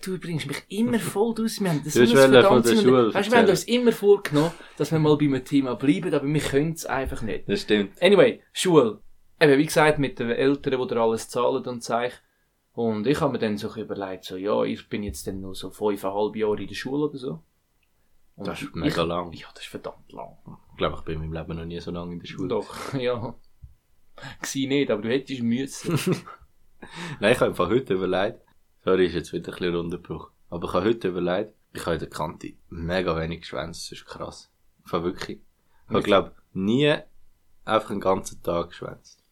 [SPEAKER 2] du bringst mich immer voll aus. Wir haben das
[SPEAKER 1] Du hast
[SPEAKER 2] immer so
[SPEAKER 1] wollen von
[SPEAKER 2] verdammt
[SPEAKER 1] der
[SPEAKER 2] sind-
[SPEAKER 1] Schule
[SPEAKER 2] Weißt du, wir haben
[SPEAKER 1] erzählen.
[SPEAKER 2] uns immer vorgenommen, dass wir mal bei einem Thema bleiben, aber wir können es einfach nicht.
[SPEAKER 1] Das stimmt.
[SPEAKER 2] Anyway, Schule. Eben, wie gesagt, mit den Eltern, die dir alles zahlen und zeig. Und ich habe mir dann so ein bisschen überlegt, so, ja, ich bin jetzt dann nur so fünfeinhalb Jahre in der Schule oder so. Und
[SPEAKER 1] Das ist
[SPEAKER 2] ich-
[SPEAKER 1] mega lang.
[SPEAKER 2] Ja, das ist verdammt lang.
[SPEAKER 1] Ich glaube, ich bin in meinem Leben noch nie so lange in der Schule.
[SPEAKER 2] Doch, ja. Gsi nicht, aber du hättest müssen.
[SPEAKER 1] Nein, ich habe einfach heute überlegt, sorry, ist jetzt wieder ein bisschen Unterbruch, aber ich habe heute überlegt, ich habe in der Kante mega wenig geschwänzt, das ist krass. Ich habe wirklich, ich habe, glaube nie einfach einen ganzen Tag geschwänzt.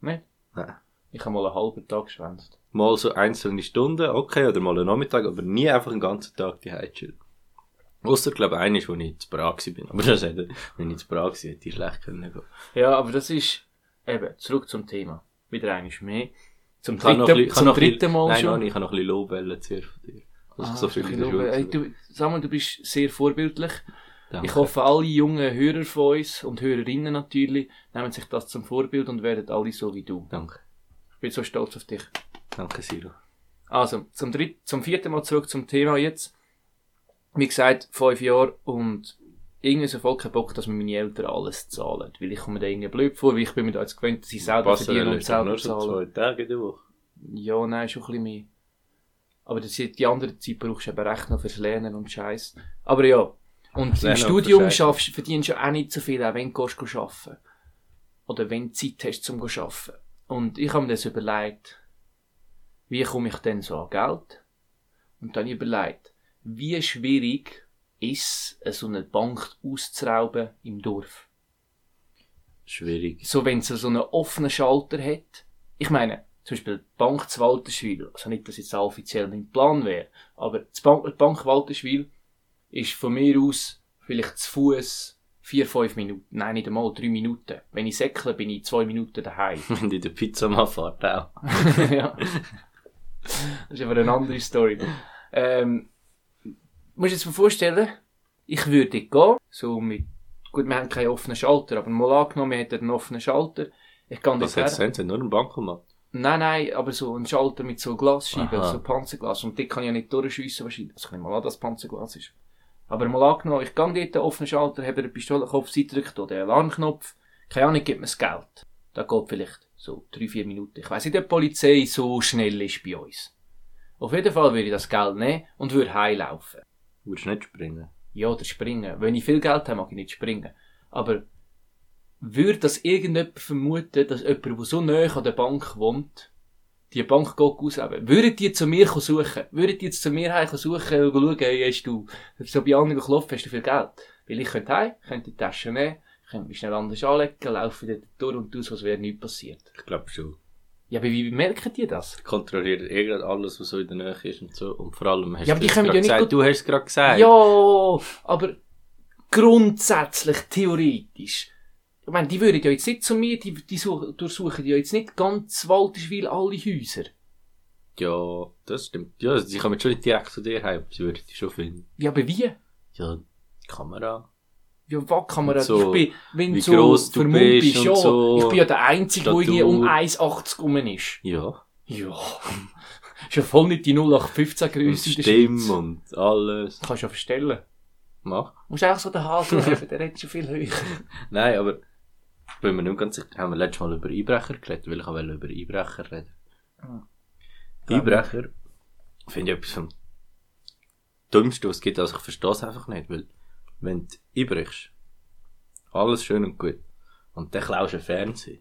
[SPEAKER 2] Nein.
[SPEAKER 1] Nein.
[SPEAKER 2] Ne? Ich habe mal einen halben Tag geschwänzt.
[SPEAKER 1] Mal so einzelne Stunden, okay, oder mal einen Nachmittag, aber nie einfach einen ganzen Tag die chillen. Ausser, glaube ich, eines, wo ich zu Prag war. Aber das hätte, wenn ich zu Prag war, hätte ich schlecht können gehen.
[SPEAKER 2] Ja, aber das ist, eben, zurück zum Thema. Wieder eigentlich mehr. Zum
[SPEAKER 1] Ich habe noch ein
[SPEAKER 2] dritten,
[SPEAKER 1] bisschen- ich
[SPEAKER 2] zum
[SPEAKER 1] habe noch ein
[SPEAKER 2] dritten
[SPEAKER 1] bisschen-
[SPEAKER 2] Mal
[SPEAKER 1] Nein,
[SPEAKER 2] schon.
[SPEAKER 1] noch nicht, ich habe noch ein bisschen Lob wollen zuerst von dir. Dass
[SPEAKER 2] Ah,
[SPEAKER 1] du so viel in der Schule
[SPEAKER 2] Ey,
[SPEAKER 1] warst.
[SPEAKER 2] du, Samuel, du bist sehr vorbildlich.
[SPEAKER 1] Danke.
[SPEAKER 2] Ich hoffe, alle jungen Hörer von uns und Hörerinnen natürlich nehmen sich das zum Vorbild und werden alle so wie du.
[SPEAKER 1] Danke.
[SPEAKER 2] Ich bin so stolz auf dich.
[SPEAKER 1] Danke, Siro.
[SPEAKER 2] Also, zum, dritt, zum vierten Mal zurück zum Thema jetzt. Wie gesagt, fünf Jahre und irgendwie so voll keinen Bock, dass mir meine Eltern alles zahlen. Weil ich komme mir da irgendwie blöd vor, weil ich bin mir da jetzt gewöhnt, dass sie selber verdienen und selber zahlen.
[SPEAKER 1] zwei Tage in der Woche.
[SPEAKER 2] Ja, nein, schon ein bisschen mehr. Aber das, die andere Zeit brauchst du eben recht noch fürs Lernen und Scheiß. Aber ja. Und
[SPEAKER 1] Lernen
[SPEAKER 2] im
[SPEAKER 1] und
[SPEAKER 2] Studium
[SPEAKER 1] Scheiss.
[SPEAKER 2] schaffst, verdienst du ja auch nicht so viel, auch wenn du gehst arbeiten Oder wenn du Zeit hast zum zu arbeiten. Und ich habe mir das überlegt, wie komme ich denn so an Geld? Und dann überlegt, wie schwierig ist es, so eine Bank auszurauben im Dorf?
[SPEAKER 1] Schwierig.
[SPEAKER 2] so wenn es so einen offenen Schalter hat. Ich meine, zum Beispiel die Bank zu Walterschwil, also nicht, dass jetzt offiziell mein Plan wäre, aber die Bank, die Bank Walterschwil ist von mir aus vielleicht zu Fuß vier, fünf Minuten, nein, nicht einmal drei Minuten. Wenn ich säckle, bin ich zwei Minuten daheim.
[SPEAKER 1] Wenn die den Pizza mal fährt, auch.
[SPEAKER 2] ja. Das ist aber eine andere Story. Ähm, musst du dir jetzt mal vorstellen, ich würde gehen, so mit, gut, wir haben keinen offenen Schalter, aber mal angenommen, wir hätten einen offenen Schalter. Ich kann
[SPEAKER 1] Was
[SPEAKER 2] das
[SPEAKER 1] hättest du denn? Nur einen Bankomat?
[SPEAKER 2] Nein, nein, aber so ein Schalter mit so Glasscheiben,
[SPEAKER 1] Aha.
[SPEAKER 2] so Panzerglas. Und die kann ich ja nicht durchschiessen wahrscheinlich. Also ich nehme mal an, dass es Panzerglas ist. Aber mal angenommen, ich gehe dort, offenen Schalter, habe den Pistolenkopf, sie drückt oder den Alarmknopf. Keine Ahnung, gibt mir das Geld. Da geht vielleicht so drei, vier Minuten. Ich weiss nicht, ob die Polizei so schnell ist bei uns. Auf jeden Fall würde ich das Geld nehmen und würde heimlaufen.
[SPEAKER 1] Würdest du nicht springen?
[SPEAKER 2] Ja, oder springen. Wenn ich viel Geld habe, mag ich nicht springen. Aber würde das irgendjemand vermuten, dass jemand, der so nahe an der Bank wohnt, die Bank geht ausleben? Würden die zu mir kommen suchen? Würden die jetzt zu mir heim kommen suchen und schauen, hey, hast du, so bei anderen geklopft, hast du viel Geld? Weil ich könnte heim, könnte die Tasche nehmen, können wir schnell anders anlegen, laufen dort durch und aus, als wäre nichts passiert.
[SPEAKER 1] Ich glaube schon.
[SPEAKER 2] Ja, aber wie merken die das?
[SPEAKER 1] Kontrolliert eh gerade alles, was so in der Nähe ist und so. Und vor allem hast
[SPEAKER 2] Ja, aber die
[SPEAKER 1] es
[SPEAKER 2] können
[SPEAKER 1] gerade
[SPEAKER 2] ja nicht
[SPEAKER 1] gesagt.
[SPEAKER 2] gut-
[SPEAKER 1] Du hast es gerade gesagt.
[SPEAKER 2] Ja, aber grundsätzlich, theoretisch. Ich meine, die würden ja jetzt nicht zu mir, die, die suchen, durchsuchen ja jetzt nicht ganz Walderswil alle Häuser.
[SPEAKER 1] Ja, das stimmt. Ja, sie kommen schon nicht direkt zu dir heim, aber sie würden dich schon finden.
[SPEAKER 2] Ja, aber wie?
[SPEAKER 1] Ja, Kamera.
[SPEAKER 2] Ja, was kann man
[SPEAKER 1] Und so,
[SPEAKER 2] ich bin, wenn
[SPEAKER 1] wie
[SPEAKER 2] du so
[SPEAKER 1] gross du
[SPEAKER 2] vermummt
[SPEAKER 1] bist und
[SPEAKER 2] ja,
[SPEAKER 1] so.
[SPEAKER 2] ich bin ja der Einzige, der irgendwie um
[SPEAKER 1] Statur.
[SPEAKER 2] 1,80 rum ist.
[SPEAKER 1] Ja.
[SPEAKER 2] Ja, ist ja voll nicht die 0815
[SPEAKER 1] Und
[SPEAKER 2] Größe in der Schweiz.
[SPEAKER 1] Stimme und alles.
[SPEAKER 2] Kannst du ja verstellen.
[SPEAKER 1] Mach.
[SPEAKER 2] Musst einfach so den Hals aufheben, der redet schon viel höher.
[SPEAKER 1] Nein, aber ich bin mir nicht ganz sicher. Haben wir letztes Mal über Einbrecher geredet, weil ich auch über Einbrecher reden
[SPEAKER 2] Ah.
[SPEAKER 1] Einbrecher finde ich etwas vom Dümmsten, was es gibt. Also ich verstehe es einfach nicht, weil wenn du einbrichst, alles schön und gut, und dann klaust du einen Fernseher.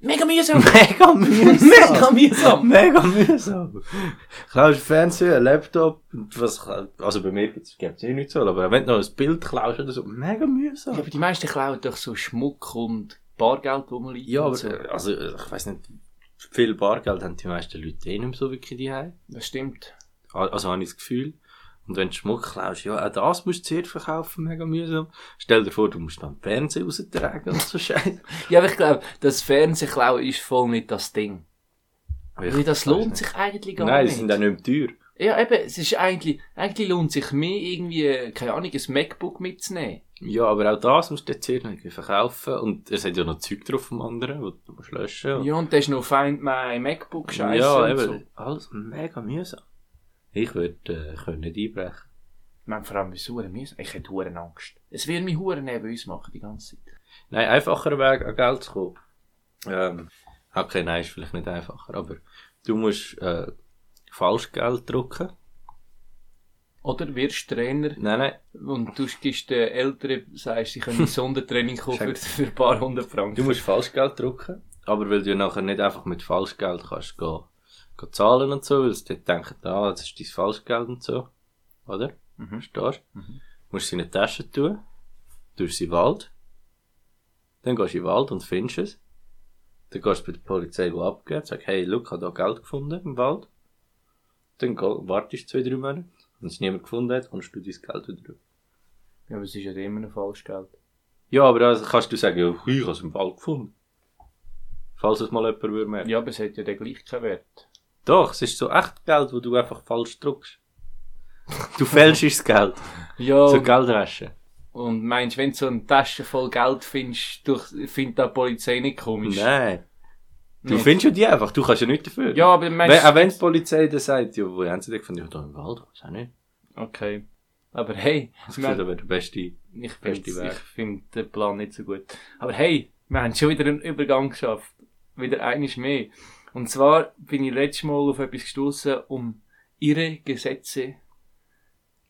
[SPEAKER 2] Mega mühsam!
[SPEAKER 1] Mega mühsam!
[SPEAKER 2] Mega mühsam!
[SPEAKER 1] Mega mühsam. Klaust Fernseher, einen Laptop, und was, also bei mir gibt's es eh nicht so, aber wenn du noch ein Bild klaust oder so, dus mega
[SPEAKER 2] Ja,
[SPEAKER 1] mühsam.
[SPEAKER 2] aber die meisten klauen doch so Schmuck und Bargeld rumliegen.
[SPEAKER 1] Ja,
[SPEAKER 2] und
[SPEAKER 1] aber,
[SPEAKER 2] so.
[SPEAKER 1] äh, also, äh, ich weiss nicht, viel Bargeld haben die meisten Leute eh nicht mehr so wirklich die
[SPEAKER 2] Das stimmt.
[SPEAKER 1] Also habe ich das Gefühl. Und wenn du Schmuck klaust, ja, auch das musst du zuerst verkaufen, mega mühsam. Stell dir vor, du musst dann Fernseher raustragen und so Scheiße.
[SPEAKER 2] Ja, aber ich glaube, das Fernsehklauen ist voll nicht das Ding. Weil das lohnt sich eigentlich gar
[SPEAKER 1] Nein, die
[SPEAKER 2] nicht.
[SPEAKER 1] sind auch nicht mehr teuer.
[SPEAKER 2] Ja, eben, es ist eigentlich, eigentlich lohnt sich mehr irgendwie, äh, keine Ahnung, ein MacBook mitzunehmen.
[SPEAKER 1] Ja, aber auch das musst du jetzt irgendwie verkaufen. Und es hat ja noch Zeug drauf vom anderen, das du musst löschen.
[SPEAKER 2] Ja, und das ist noch Find My MacBook scheiße.
[SPEAKER 1] ja
[SPEAKER 2] und
[SPEAKER 1] eben.
[SPEAKER 2] So.
[SPEAKER 1] Alles mega mühsam. Ich würde äh, ich würd nicht einbrechen.
[SPEAKER 2] Ich meine, vor allem, wieso Huren müssen? Ich hätte Huren Angst. Es würde mich Huren nervös machen, die ganze Zeit.
[SPEAKER 1] Nein, einfacher Weg an Geld zu kommen. Ähm, okay, nein, ist vielleicht nicht einfacher, aber du musst äh, Falschgeld drucken.
[SPEAKER 2] Oder wirst Trainer
[SPEAKER 1] Nein, nein,
[SPEAKER 2] und du gibst den Eltern, sagst, sie können ins Sondertraining kommen für,
[SPEAKER 1] Schenk.
[SPEAKER 2] für ein paar hundert
[SPEAKER 1] du
[SPEAKER 2] Franken.
[SPEAKER 1] musst Falschgeld drucken. Aber weil du nachher nicht einfach mit Falschgeld kannst gehen, gehen zahlen und so, weil sie dort denken, ah, das ist dein Falschgeld und so. Oder?
[SPEAKER 2] Mhm.
[SPEAKER 1] Verstehst du?
[SPEAKER 2] Mhm.
[SPEAKER 1] Musst sie in eine Tasche tun, durch sie in den Wald. Dann gehst du in den Wald und findest es. Dann gehst du bei der Polizei wo abgeben, sagst, hey, look, ich habe da Geld gefunden im Wald. Dann geh- wartest du zwei, drei Monate. Wenn es niemand gefunden hat, kommst du dein Geld wieder drauf.
[SPEAKER 2] Ja, aber es ist ja immer noch falsch, Geld.
[SPEAKER 1] Ja, aber dann kannst du sagen, dus ja, ich habe es im Wald gefunden. Falls es mal jemand würde merken.
[SPEAKER 2] Ja, aber es hat ja den gleichen Wert.
[SPEAKER 1] Doch, es ist so echt Geld, wo du einfach falsch druckst. Du fälschst das Geld.
[SPEAKER 2] Ja,
[SPEAKER 1] So Geldwäsche.
[SPEAKER 2] und meinst, wenn du so eine Tasche voll Geld findest, durch- findet die Polizei nicht komisch?
[SPEAKER 1] Nein. Du
[SPEAKER 2] Nicht.
[SPEAKER 1] findest ja die einfach, du kannst ja nichts dafür.
[SPEAKER 2] Ja, aber
[SPEAKER 1] Wenn,
[SPEAKER 2] meinst
[SPEAKER 1] auch wenn die Polizei dann sagt, ja, wo haben sie dich gefunden? Ja, da im Wald, weiß auch nicht.
[SPEAKER 2] Okay. Aber hey,
[SPEAKER 1] Das
[SPEAKER 2] wir-
[SPEAKER 1] Gefühl, da wäre der beste.
[SPEAKER 2] ich
[SPEAKER 1] Beste
[SPEAKER 2] finde
[SPEAKER 1] Weg.
[SPEAKER 2] ich find den Plan nicht so gut. Aber hey, wir haben schon wieder einen Übergang geschafft. Wieder eines mehr. Und zwar bin ich letztes Mal auf etwas gestoßen um ihre Gesetze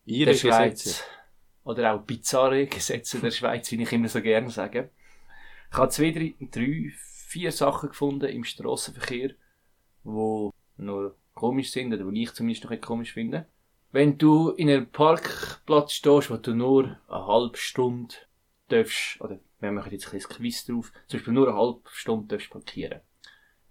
[SPEAKER 1] Ihre
[SPEAKER 2] der
[SPEAKER 1] Gesetze.
[SPEAKER 2] Schweiz. Oder auch bizarre Gesetze der Schweiz, wie ich immer so gerne sage. Ich habe zwei, drei, drei vier Sachen gefunden im Strassenverkehr, wo nur komisch sind, oder die ich zumindest noch nicht komisch finde. Wenn du in einem Parkplatz stehst, wo du nur eine halbe Stunde darfst, oder wir machen jetzt ein kleines Quiz drauf, zum Beispiel nur eine halbe Stunde darfst parkieren.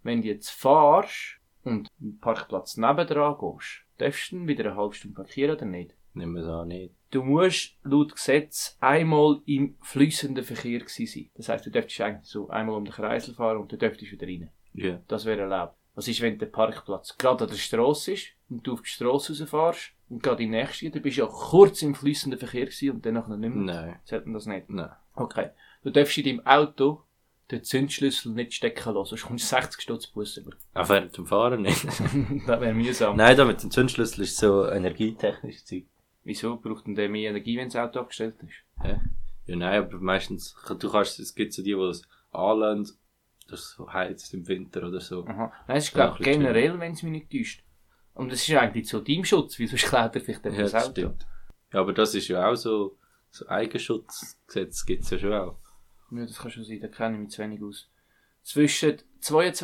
[SPEAKER 2] Wenn du jetzt fahrst und im Parkplatz nebendran gehst, darfst du dann wieder eine halbe Stunde parkieren oder nicht?
[SPEAKER 1] Nehmen wir es an, nicht.
[SPEAKER 2] du musst laut Gesetz einmal im fließenden Verkehr gewesen sein. Das heisst, du dürftest eigentlich so einmal um den Kreisel fahren und du dürftest wieder rein.
[SPEAKER 1] Ja.
[SPEAKER 2] Das wäre erlaubt. Was ist, wenn der Parkplatz gerade an der Straße ist und du auf die Straße rausfährst und gerade in die nächste, dann bist du ja kurz im fließenden Verkehr gewesen und danach noch nicht mehr.
[SPEAKER 1] Nein.
[SPEAKER 2] Zählt man das nicht?
[SPEAKER 1] Nein.
[SPEAKER 2] Okay. Du darfst in deinem Auto den Zündschlüssel nicht stecken lassen, sonst kommst du 60 Stutz Bus über.
[SPEAKER 1] Auch während dem Fahren nicht.
[SPEAKER 2] das wäre mühsam.
[SPEAKER 1] Nein, da mit dem Zündschlüssel ist so energietechnisch Zeug.
[SPEAKER 2] Wieso braucht denn der mehr Energie, wenn das Auto abgestellt ist?
[SPEAKER 1] Hä? Ja, nein, aber meistens, du kannst, es gibt so die, die es anlehnt, das so heizt im Winter oder so.
[SPEAKER 2] Aha. Nein, es ist
[SPEAKER 1] Ja,
[SPEAKER 2] glaub,
[SPEAKER 1] ein bisschen
[SPEAKER 2] generell, wenn es mich nicht täuscht. Und das ist eigentlich zu deinem Schutz, weil sonst klaut er vielleicht
[SPEAKER 1] Ja,
[SPEAKER 2] etwas
[SPEAKER 1] das
[SPEAKER 2] Auto.
[SPEAKER 1] stimmt. Ja, aber das ist ja auch so, so Eigenschutzgesetz gibt's ja schon auch.
[SPEAKER 2] Ja, das kann schon sein, da kenne ich mich zu wenig aus. Zwischen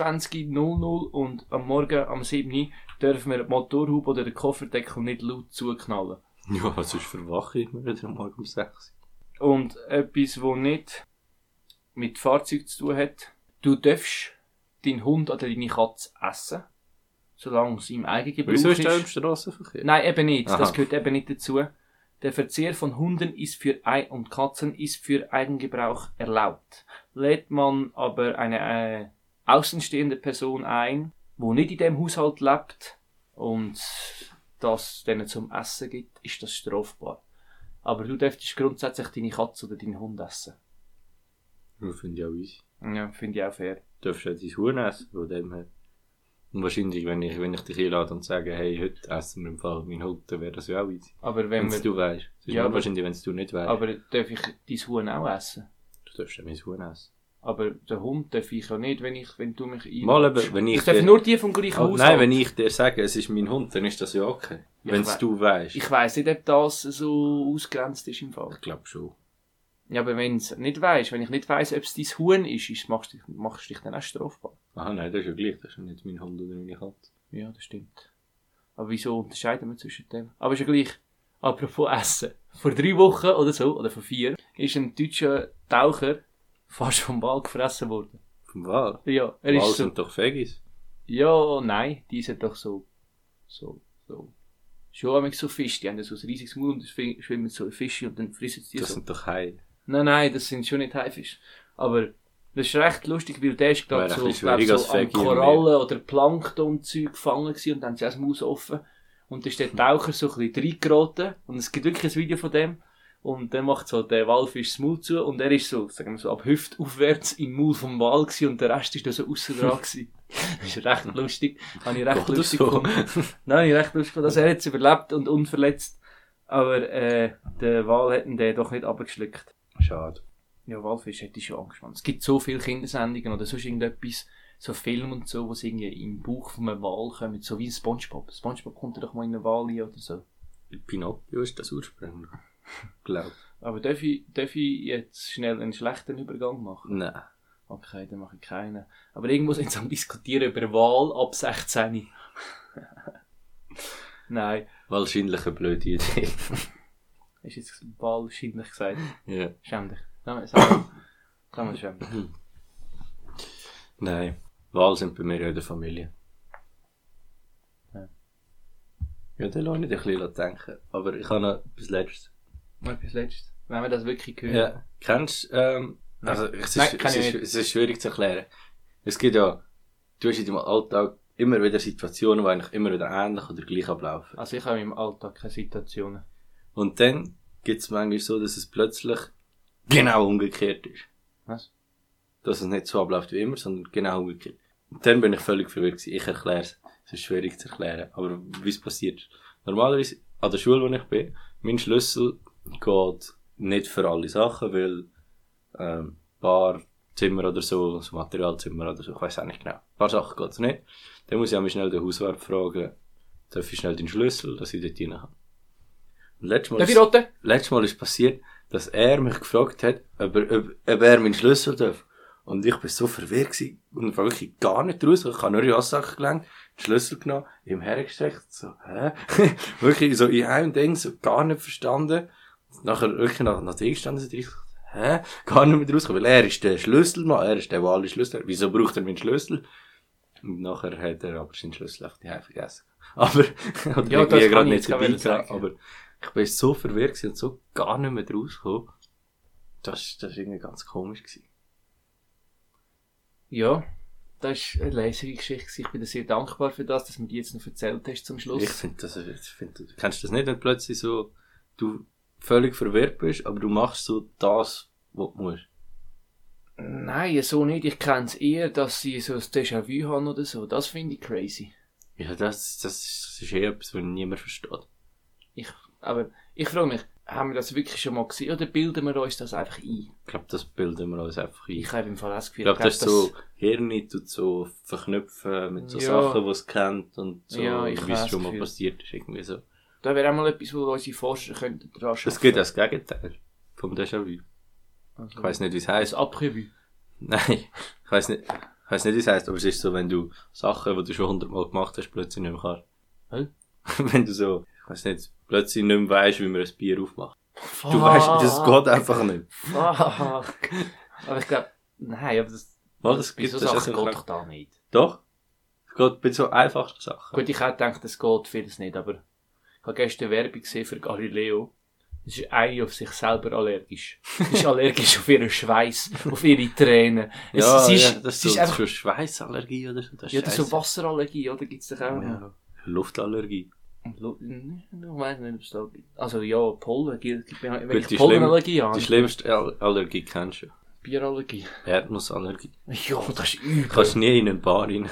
[SPEAKER 2] 22.00 und am Morgen am 7 Uhr dürfen wir die Motorhaube oder den Kofferdeckel nicht laut zuknallen.
[SPEAKER 1] also Ja, sonst verwache ich immer wieder morgen um 6
[SPEAKER 2] Und etwas, wo nicht mit Fahrzeug zu tun hat. Du darfst deinen Hund oder deine Katze essen, solange es im eigenen Gebrauch
[SPEAKER 1] Wieso ist der im
[SPEAKER 2] ist.
[SPEAKER 1] Strassenverkehr?
[SPEAKER 2] Nein, eben nicht.
[SPEAKER 1] Aha.
[SPEAKER 2] Das gehört eben nicht dazu. Der Verzehr von Hunden ist für Ei und Katzen ist für Eigengebrauch erlaubt. Lädt man aber eine äh, außenstehende Person ein, wo nicht in dem Haushalt lebt und das denen zum Essen gibt, ist das strafbar. Aber du dürftest grundsätzlich deine Katze oder deinen Hund essen.
[SPEAKER 1] Das finde ich auch easy.
[SPEAKER 2] Ja, finde ich auch fair.
[SPEAKER 1] Du darfst ja dein Huhn essen, von dem her. Und wahrscheinlich, wenn ich, wenn ich dich einlade und sage, hey, heute essen wir im Fall meinen Hund, dann wäre das ja auch easy.
[SPEAKER 2] Aber
[SPEAKER 1] Wenn
[SPEAKER 2] wenn wir,
[SPEAKER 1] du weißt.
[SPEAKER 2] Ja,
[SPEAKER 1] Ja,
[SPEAKER 2] aber-
[SPEAKER 1] wahrscheinlich, wenn du nicht weißt.
[SPEAKER 2] aber darf ich dein Huhn auch essen?
[SPEAKER 1] Du darfst ja mein Huhn essen.
[SPEAKER 2] Aber den Hund darf ich ja nicht, wenn ich, wenn du mich ein.
[SPEAKER 1] Mal eben, wenn ich
[SPEAKER 2] Ich darf
[SPEAKER 1] dir-
[SPEAKER 2] nur die vom gleichen
[SPEAKER 1] Ah,
[SPEAKER 2] Haus.
[SPEAKER 1] nein, wenn ich dir sage, es ist mein Hund, dann ist das ja okay.
[SPEAKER 2] Ich
[SPEAKER 1] Wenn es
[SPEAKER 2] wei-
[SPEAKER 1] du weißt.
[SPEAKER 2] Ich weiss nicht, ob das so ausgrenzt ist im Fall.
[SPEAKER 1] glaube schon.
[SPEAKER 2] Ja, aber wenn es nicht weiss, wenn ich nicht weiss, ob es dein Huhn ist, ist machst du dich, machst du dich dann auch strafbar.
[SPEAKER 1] Ah nein, das ist ja gleich, das ist ja nicht mein Hund oder meine Katze.
[SPEAKER 2] Ja, das stimmt. Aber wieso unterscheiden wir zwischen dem? Aber ist ja gleich. Apropos Essen. Vor drei Wochen oder so, oder vor vier, ist ein deutscher Taucher fast vom Wal gefressen worden.
[SPEAKER 1] Vom Wal.
[SPEAKER 2] Ja, er
[SPEAKER 1] Wal
[SPEAKER 2] ist so.
[SPEAKER 1] sind doch Fegis.
[SPEAKER 2] Ja, nein, die sind doch so. So, so. Schon einmal so Fische, die haben so ein riesiges Maul und es schwimmen- schwimmen so Fische und dann fressen sie die
[SPEAKER 1] Das
[SPEAKER 2] so.
[SPEAKER 1] sind doch Haie.
[SPEAKER 2] Nein, nein, das sind schon nicht Haifische. Aber das ist recht lustig, weil der ist
[SPEAKER 1] Wäre
[SPEAKER 2] gerade
[SPEAKER 1] ein
[SPEAKER 2] so,
[SPEAKER 1] bisschen
[SPEAKER 2] glaub,
[SPEAKER 1] schwierig als
[SPEAKER 2] so am
[SPEAKER 1] Veggie im
[SPEAKER 2] Korallen oder Plankton-Zeug gefangen gewesen und dann haben sie auch das Maus offen. Und dann ist der Taucher so ein bisschen reingeraten und es gibt wirklich ein Video von dem. Und dann macht so der Walfisch das Maul zu und er ist so, sagen wir so, ab Hüft aufwärts im Maul vom Wal gewesen und der Rest ist da so aussen dran gewesen. Das ist recht lustig. Habe ich recht
[SPEAKER 1] Oder
[SPEAKER 2] lustig
[SPEAKER 1] so.
[SPEAKER 2] gefunden. Nein, ich recht lustig, dass er jetzt überlebt und unverletzt. Aber, äh, der Wal hat ihn den doch nicht abgeschluckt.
[SPEAKER 1] Schade.
[SPEAKER 2] Ja, Walfisch hätte ich schon Angst. Mann. Es gibt so viele Kindersendungen oder sonst irgendetwas, so Filme und so, wo sie irgendwie im Bauch von einem Wal kommen, so wie ein Spongebob. Spongebob kommt ja doch mal in einen Wal rein oder so.
[SPEAKER 1] Pinocchio ist das ursprünglich. Glaub.
[SPEAKER 2] Aber darf ich, darf ich jetzt schnell einen schlechten Übergang machen?
[SPEAKER 1] Nein.
[SPEAKER 2] Okay, dann mache ich keinen. Aber irgendwo sind sie am diskutieren über Wal ab 16. Nein,
[SPEAKER 1] Wahrscheinlich eine blöde Idee.
[SPEAKER 2] ist jetzt Wal schändlich gesagt.
[SPEAKER 1] ja.
[SPEAKER 2] Schäm dich. Kann man sagen. Kann man schämen.
[SPEAKER 1] Nein. Wal sind bei mir ja in der Familie.
[SPEAKER 2] Ja.
[SPEAKER 1] Ja, dann lasse ich dich ein bisschen denken. Aber ich habe noch etwas Letztes.
[SPEAKER 2] Etwas Letztes. Wenn wir das wirklich hören.
[SPEAKER 1] Ja, kennst ähm, also es ist,
[SPEAKER 2] Nein, kenn
[SPEAKER 1] es,
[SPEAKER 2] ich
[SPEAKER 1] ist,
[SPEAKER 2] nicht.
[SPEAKER 1] es ist schwierig zu erklären. Es gibt ja, du hast in deinem Alltag immer wieder Situationen, die eigentlich immer wieder ähnlich oder gleich ablaufen.
[SPEAKER 2] Also ich habe im Alltag keine Situationen.
[SPEAKER 1] Und dann gibt es manchmal so, dass es plötzlich genau umgekehrt ist.
[SPEAKER 2] Was?
[SPEAKER 1] Dass es nicht so abläuft wie immer, sondern genau umgekehrt. Und dann bin ich völlig verwirrt gewesen. Ich erkläre es. Es ist schwierig zu erklären. Aber wie es passiert. ist. Normalerweise, an der Schule, wo ich bin, mein Schlüssel geht nicht für alle Sachen, weil ähm, ein paar Zimmer oder so, so Materialzimmer oder so, ich weiß auch nicht genau. Ein paar Sachen geht es nicht. Dann muss ich auch schnell den Hauswart fragen, darf ich schnell den Schlüssel, dass ich dort rein kann. Und letztes Mal
[SPEAKER 2] Darf ich
[SPEAKER 1] ist-
[SPEAKER 2] roten?
[SPEAKER 1] letztes Mal ist passiert, dass er mich gefragt hat, ob er, ob, ob er meinen Schlüssel darf. Und ich bin so verwirrt gewesen und war wirklich gar nicht raus. Ich habe nur in die Hosensache gelenkt, den Schlüssel genommen, ihm hergestreckt, so, hä? wirklich so in einem Ding, so gar nicht verstanden. Nachher wirklich nach, nach dir gestanden sind, ich so, hä? Gar nicht mehr rausgekommen, weil er ist der Schlüsselmann, er ist der, der alle Schlüssel hat. Wieso braucht er meinen Schlüssel? Und nachher hat er aber seinen Schlüssel auf die Hände vergessen. Aber, oder
[SPEAKER 2] Ja,
[SPEAKER 1] ja,
[SPEAKER 2] das
[SPEAKER 1] das
[SPEAKER 2] kann
[SPEAKER 1] gerade
[SPEAKER 2] ich
[SPEAKER 1] nicht
[SPEAKER 2] jetzt
[SPEAKER 1] dabei
[SPEAKER 2] gerade
[SPEAKER 1] gehabt,
[SPEAKER 2] sagen.
[SPEAKER 1] aber ich bin so verwirrt gewesen und so gar nicht mehr rausgekommen. Das, das ist irgendwie ganz komisch gewesen.
[SPEAKER 2] Ja. Das war eine lässige Geschichte. gewesen. Ich bin dir sehr dankbar für das, dass du mir die jetzt noch erzählt hast zum
[SPEAKER 1] Ich
[SPEAKER 2] Schluss.
[SPEAKER 1] finde das, ich find, du kennst das nicht, wenn plötzlich so, du völlig verwirrt bist, aber du machst so das, was du musst.
[SPEAKER 2] Nein, so nicht. Ich kenne es eher, dass sie so ein Déjà-vu haben oder so. Das finde ich crazy.
[SPEAKER 1] Ja, das, das, ist, das ist eh etwas, was niemand versteht.
[SPEAKER 2] Ich, aber ich frage mich, haben wir das wirklich schon mal gesehen oder bilden wir uns das einfach ein?
[SPEAKER 1] Ich glaube, das bilden wir uns einfach ein.
[SPEAKER 2] Ich habe im Fall auch das Gefühl,
[SPEAKER 1] Ich glaube, das ist
[SPEAKER 2] dass-
[SPEAKER 1] so, Hirn tut so verknüpfen mit so
[SPEAKER 2] Ja.
[SPEAKER 1] Sachen, die es kennt und so,
[SPEAKER 2] Ja, ich
[SPEAKER 1] wie
[SPEAKER 2] habe
[SPEAKER 1] es
[SPEAKER 2] das
[SPEAKER 1] schon mal
[SPEAKER 2] Gefühl.
[SPEAKER 1] passiert ist, irgendwie so.
[SPEAKER 2] da wäre auch mal etwas, wo unsere Forscher könnten dran
[SPEAKER 1] Das
[SPEAKER 2] schaffen.
[SPEAKER 1] geht das Gegenteil vom Déjà-vu.
[SPEAKER 2] Also,
[SPEAKER 1] Ich weiss nicht, wie es
[SPEAKER 2] Das
[SPEAKER 1] heisst.
[SPEAKER 2] Abrevue.
[SPEAKER 1] Nein, ich weiß nicht, ich weiß nicht, wie es heisst, aber es ist so, wenn du Sachen, die du schon hundertmal gemacht hast, plötzlich nicht mehr
[SPEAKER 2] Hä?
[SPEAKER 1] kannst. wenn du so, ich weiß nicht, plötzlich nicht mehr weißt, wie man ein
[SPEAKER 2] Ah.
[SPEAKER 1] Bier aufmacht. Du weißt, das geht einfach nicht.
[SPEAKER 2] Fuck. Aber ich glaube, Nein, aber das,
[SPEAKER 1] Mal, das
[SPEAKER 2] bei
[SPEAKER 1] gibt
[SPEAKER 2] so
[SPEAKER 1] das also ist
[SPEAKER 2] Sachen
[SPEAKER 1] ja
[SPEAKER 2] geht
[SPEAKER 1] so
[SPEAKER 2] doch
[SPEAKER 1] klar.
[SPEAKER 2] da nicht.
[SPEAKER 1] Doch. Es geht bei so einfachsten Sachen.
[SPEAKER 2] Gut, ich hätte gedacht, es geht vieles nicht, aber ich habe gestern Werbung gesehen für Galileo. dus Das ist eine auf sich selber allergisch. Sie ist allergisch auf ihren Schweiß, auf ihre Tränen. Es,
[SPEAKER 1] ja,
[SPEAKER 2] sie ist,
[SPEAKER 1] ja, das ist,
[SPEAKER 2] sie
[SPEAKER 1] so,
[SPEAKER 2] ist einfach,
[SPEAKER 1] so Schweißallergie oder so. Das
[SPEAKER 2] ja, das ist so
[SPEAKER 1] Scheisse.
[SPEAKER 2] Wasserallergie, oder? Gibt's doch auch noch.
[SPEAKER 1] Ja. Luftallergie.
[SPEAKER 2] Lo- Ich weiß nicht, ob es da gibt. Also ja, Pollen gibt gibt mir
[SPEAKER 1] Gut, die
[SPEAKER 2] wirklich Pollenallergie
[SPEAKER 1] Die
[SPEAKER 2] an.
[SPEAKER 1] schlimmste Al- Allergie kennst du.
[SPEAKER 2] Bierallergie.
[SPEAKER 1] Erdnussallergie.
[SPEAKER 2] Ja, das ist
[SPEAKER 1] Du
[SPEAKER 2] übel.
[SPEAKER 1] kannst nie in eine Bar reingehen.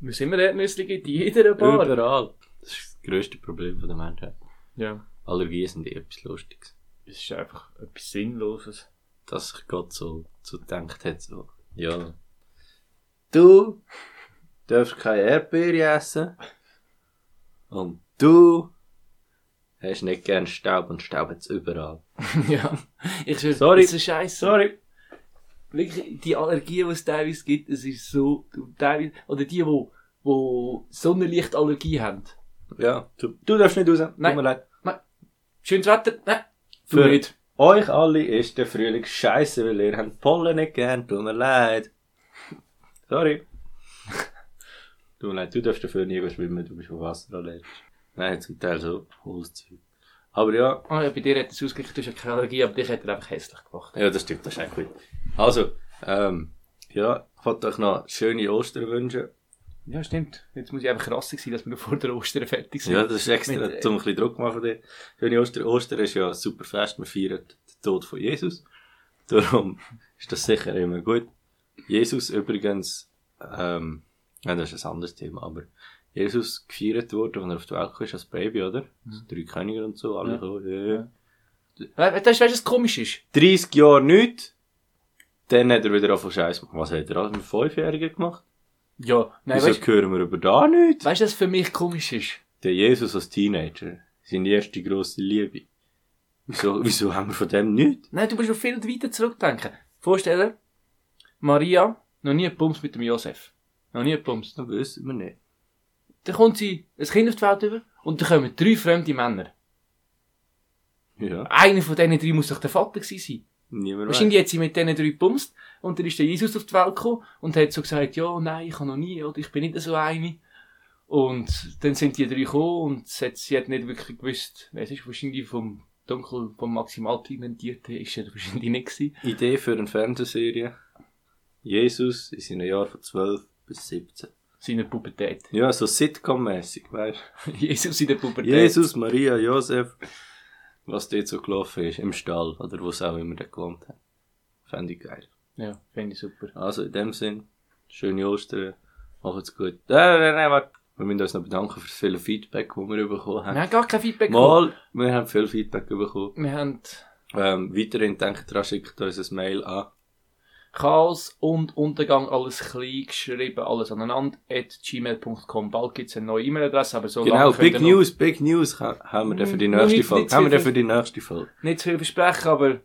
[SPEAKER 2] Wir sind immer Erdnüsse in jeder Bar.
[SPEAKER 1] Überall. Das ist das grösste Problem der Menschheit.
[SPEAKER 2] Ja,
[SPEAKER 1] Allergien sind eh etwas Lustiges.
[SPEAKER 2] es ist einfach etwas Sinnloses.
[SPEAKER 1] Dass sich Gott so, so gedacht hat. So. Ja. Du darfst keine Erdbeere essen. Und du hast nicht gern Staub und Staub jetzt überall.
[SPEAKER 2] ja, ich schwöre,
[SPEAKER 1] Sorry.
[SPEAKER 2] das ist scheiße.
[SPEAKER 1] Sorry.
[SPEAKER 2] Wirklich, die Allergie, die es teilweise gibt, es ist so, teilweise, oder die, die, die Sonnenlichtallergie haben.
[SPEAKER 1] Ja, du, du darfst nicht raus.
[SPEAKER 2] Nein.
[SPEAKER 1] Tut mir leid.
[SPEAKER 2] Schönes Wetter? Nein, du
[SPEAKER 1] Für-
[SPEAKER 2] nicht.
[SPEAKER 1] Euch alle ist der Frühling scheiße, weil ihr habt Pollen nicht gern. Tut mir leid. Sorry. Tut mir leid, du darfst dafür nie schwimmen, du bist auf Wasser allergisch. Nein, zum Teil so Holzzeug. Aber ja,
[SPEAKER 2] Ah ja, bei dir hat es ausgeglichen, du hast ja keine Allergie, aber dich hat er einfach hässlich gemacht.
[SPEAKER 1] ja, das stimmt, das ist echt gut. Also, ähm, ja, ich wollte euch noch schöne Ostern wünschen.
[SPEAKER 2] Ja, stimmt. Jetzt muss ich einfach rassig sein, dass wir vor der Ostern fertig sind.
[SPEAKER 1] Ja, das ist extra,
[SPEAKER 2] Mit, äh,
[SPEAKER 1] zum ein bisschen Druck machen. dir. Schöne Ostern. Ostern ist ja ein super Fest. Wir feiern den Tod von Jesus. Darum ist das sicher immer gut. Jesus übrigens, ähm, ja, das ist ein anderes Thema, aber Jesus gefeiert wurde, wenn er auf die Welt kam, ist als Baby, oder? Also Drei Könige und so, alle
[SPEAKER 2] Ja.
[SPEAKER 1] so, ja.
[SPEAKER 2] Weißt du, weißt du, was komisch ist?
[SPEAKER 1] 30 Jahre nichts, dann hat er wieder auf Scheiß gemacht. Was hat er als mit Fünfjährigen gemacht?
[SPEAKER 2] Ja, nein,
[SPEAKER 1] Wieso
[SPEAKER 2] weißt du,
[SPEAKER 1] hören wir über da nichts?
[SPEAKER 2] weißt du, was für mich komisch ist?
[SPEAKER 1] Der Jesus als Teenager, seine erste grosse Liebe. Wieso, wieso haben wir von dem nichts?
[SPEAKER 2] Nein, du musst noch viel weiter zurückdenken. Vorstellen, Maria, noch nie Pumps mit dem Josef. Noch nie Pumps.
[SPEAKER 1] Das wissen wir nicht.
[SPEAKER 2] Dann kommt sie ein Kind auf die Welt über und dann kommen drei fremde Männer.
[SPEAKER 1] Ja,
[SPEAKER 2] Einer von diesen drei muss doch der Vater gewesen sein.
[SPEAKER 1] niemand weiß.
[SPEAKER 2] Wahrscheinlich hat sie mit diesen drei gepumst und dann ist der Jesus auf die Welt gekommen und hat so gesagt, ja, nein, ich habe noch nie, oder ich bin nicht so eine. Und dann sind die drei gekommen und es hat, sie hat nicht wirklich gewusst, es ist wahrscheinlich vom Dunkel, vom maximal pigmentierten, ist er wahrscheinlich nicht gewesen.
[SPEAKER 1] Idee für eine Fernsehserie. Jesus in seinen Jahren von 12 bis 17.
[SPEAKER 2] Seine Pubertät.
[SPEAKER 1] Ja, so Sitcom-mässig, weißt
[SPEAKER 2] Jesus in der
[SPEAKER 1] du.
[SPEAKER 2] Pubertät.
[SPEAKER 1] Jesus, Maria, Josef. Was dort so gelaufen ist, im Stall, oder wo es auch immer dann gewohnt hat. Fände ich geil.
[SPEAKER 2] Ja, finde ich super.
[SPEAKER 1] Also in dem Sinn, schöne Ostern, macht's gut. Äh, Nein, nein, nein, warte. Wir müssen uns noch bedanken für das viele Feedback, das wir bekommen haben.
[SPEAKER 2] Wir haben gar kein Feedback
[SPEAKER 1] Mal, wir haben viel Feedback bekommen.
[SPEAKER 2] bekommen. Wir haben
[SPEAKER 1] Ähm, weiterhin denkt dran, schickt uns ein Mail an.
[SPEAKER 2] Chaos und Untergang, alles klein geschrieben, alles aneinander, at gmail.com. Bald gibt's eine neue E-Mail-Adresse, aber so
[SPEAKER 1] genau,
[SPEAKER 2] lange könnt
[SPEAKER 1] Big
[SPEAKER 2] ihr noch-
[SPEAKER 1] News, Big News ha- haben wir dann für die
[SPEAKER 2] Mm,
[SPEAKER 1] nächste
[SPEAKER 2] nicht-
[SPEAKER 1] Folge.
[SPEAKER 2] nicht
[SPEAKER 1] Haben wir dann
[SPEAKER 2] viel-
[SPEAKER 1] für die nächste Folge.
[SPEAKER 2] Nicht zu viel versprechen, aber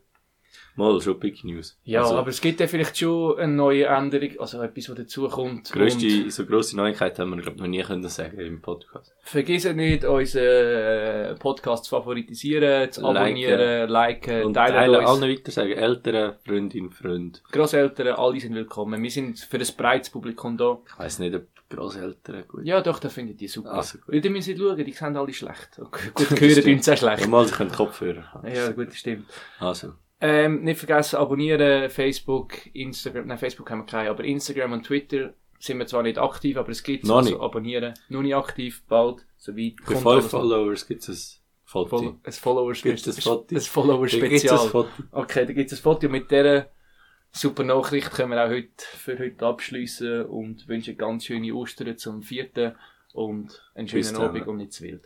[SPEAKER 1] Mal, schon Big News.
[SPEAKER 2] ja,
[SPEAKER 1] also,
[SPEAKER 2] aber es gibt ja vielleicht schon eine neue Änderung, also etwas, was dazukommt. Und
[SPEAKER 1] grösste, so grosse Neuigkeit haben wir, glaube ich, noch nie können sagen im Podcast.
[SPEAKER 2] Eh, vergessen nicht, unseren äh, Podcast zu favoritisieren, zu
[SPEAKER 1] Liken.
[SPEAKER 2] abonnieren, liken,
[SPEAKER 1] Und
[SPEAKER 2] teilen,
[SPEAKER 1] teilen
[SPEAKER 2] teilen uns.
[SPEAKER 1] allen weiter, sagen Eltern, Freundin, Freund.
[SPEAKER 2] Grosseltern, alle sind willkommen. Wir sind für ein breites Publikum da.
[SPEAKER 1] Ich weiss nicht, ob Grosseltern gut
[SPEAKER 2] Ja, doch, da findet die super.
[SPEAKER 1] Also gut.
[SPEAKER 2] Weil die müssen schauen, die sehen alle schlecht. Okay, gut,
[SPEAKER 1] Das
[SPEAKER 2] hören
[SPEAKER 1] stimmt.
[SPEAKER 2] tun sie auch schlecht.
[SPEAKER 1] Mal, sie können Kopfhörer haben.
[SPEAKER 2] Ja, gut, das stimmt.
[SPEAKER 1] Also,
[SPEAKER 2] Ähm, nicht vergessen, abonnieren, Facebook, Instagram, nein, Facebook haben wir keine, aber Instagram und Twitter sind wir zwar nicht aktiv, aber es gibt
[SPEAKER 1] Noch
[SPEAKER 2] also
[SPEAKER 1] nicht.
[SPEAKER 2] abonnieren, noch nicht aktiv, bald, soweit.
[SPEAKER 1] bei
[SPEAKER 2] kommt
[SPEAKER 1] 5
[SPEAKER 2] alles.
[SPEAKER 1] Followers gibt es ein Foto.
[SPEAKER 2] Follow- ein Follower-Spezial.
[SPEAKER 1] Gibt's ein Foto?
[SPEAKER 2] Ein
[SPEAKER 1] Da gibt's ein
[SPEAKER 2] Follower-Spezial.
[SPEAKER 1] Foto.
[SPEAKER 2] Okay, da gibt es ein Foto mit dieser super Nachricht können wir auch heute, für heute abschließen und wünschen ganz schöne Ostern zum vierten und einen
[SPEAKER 1] Bis
[SPEAKER 2] schönen
[SPEAKER 1] dann.
[SPEAKER 2] Abend und nicht zu wild.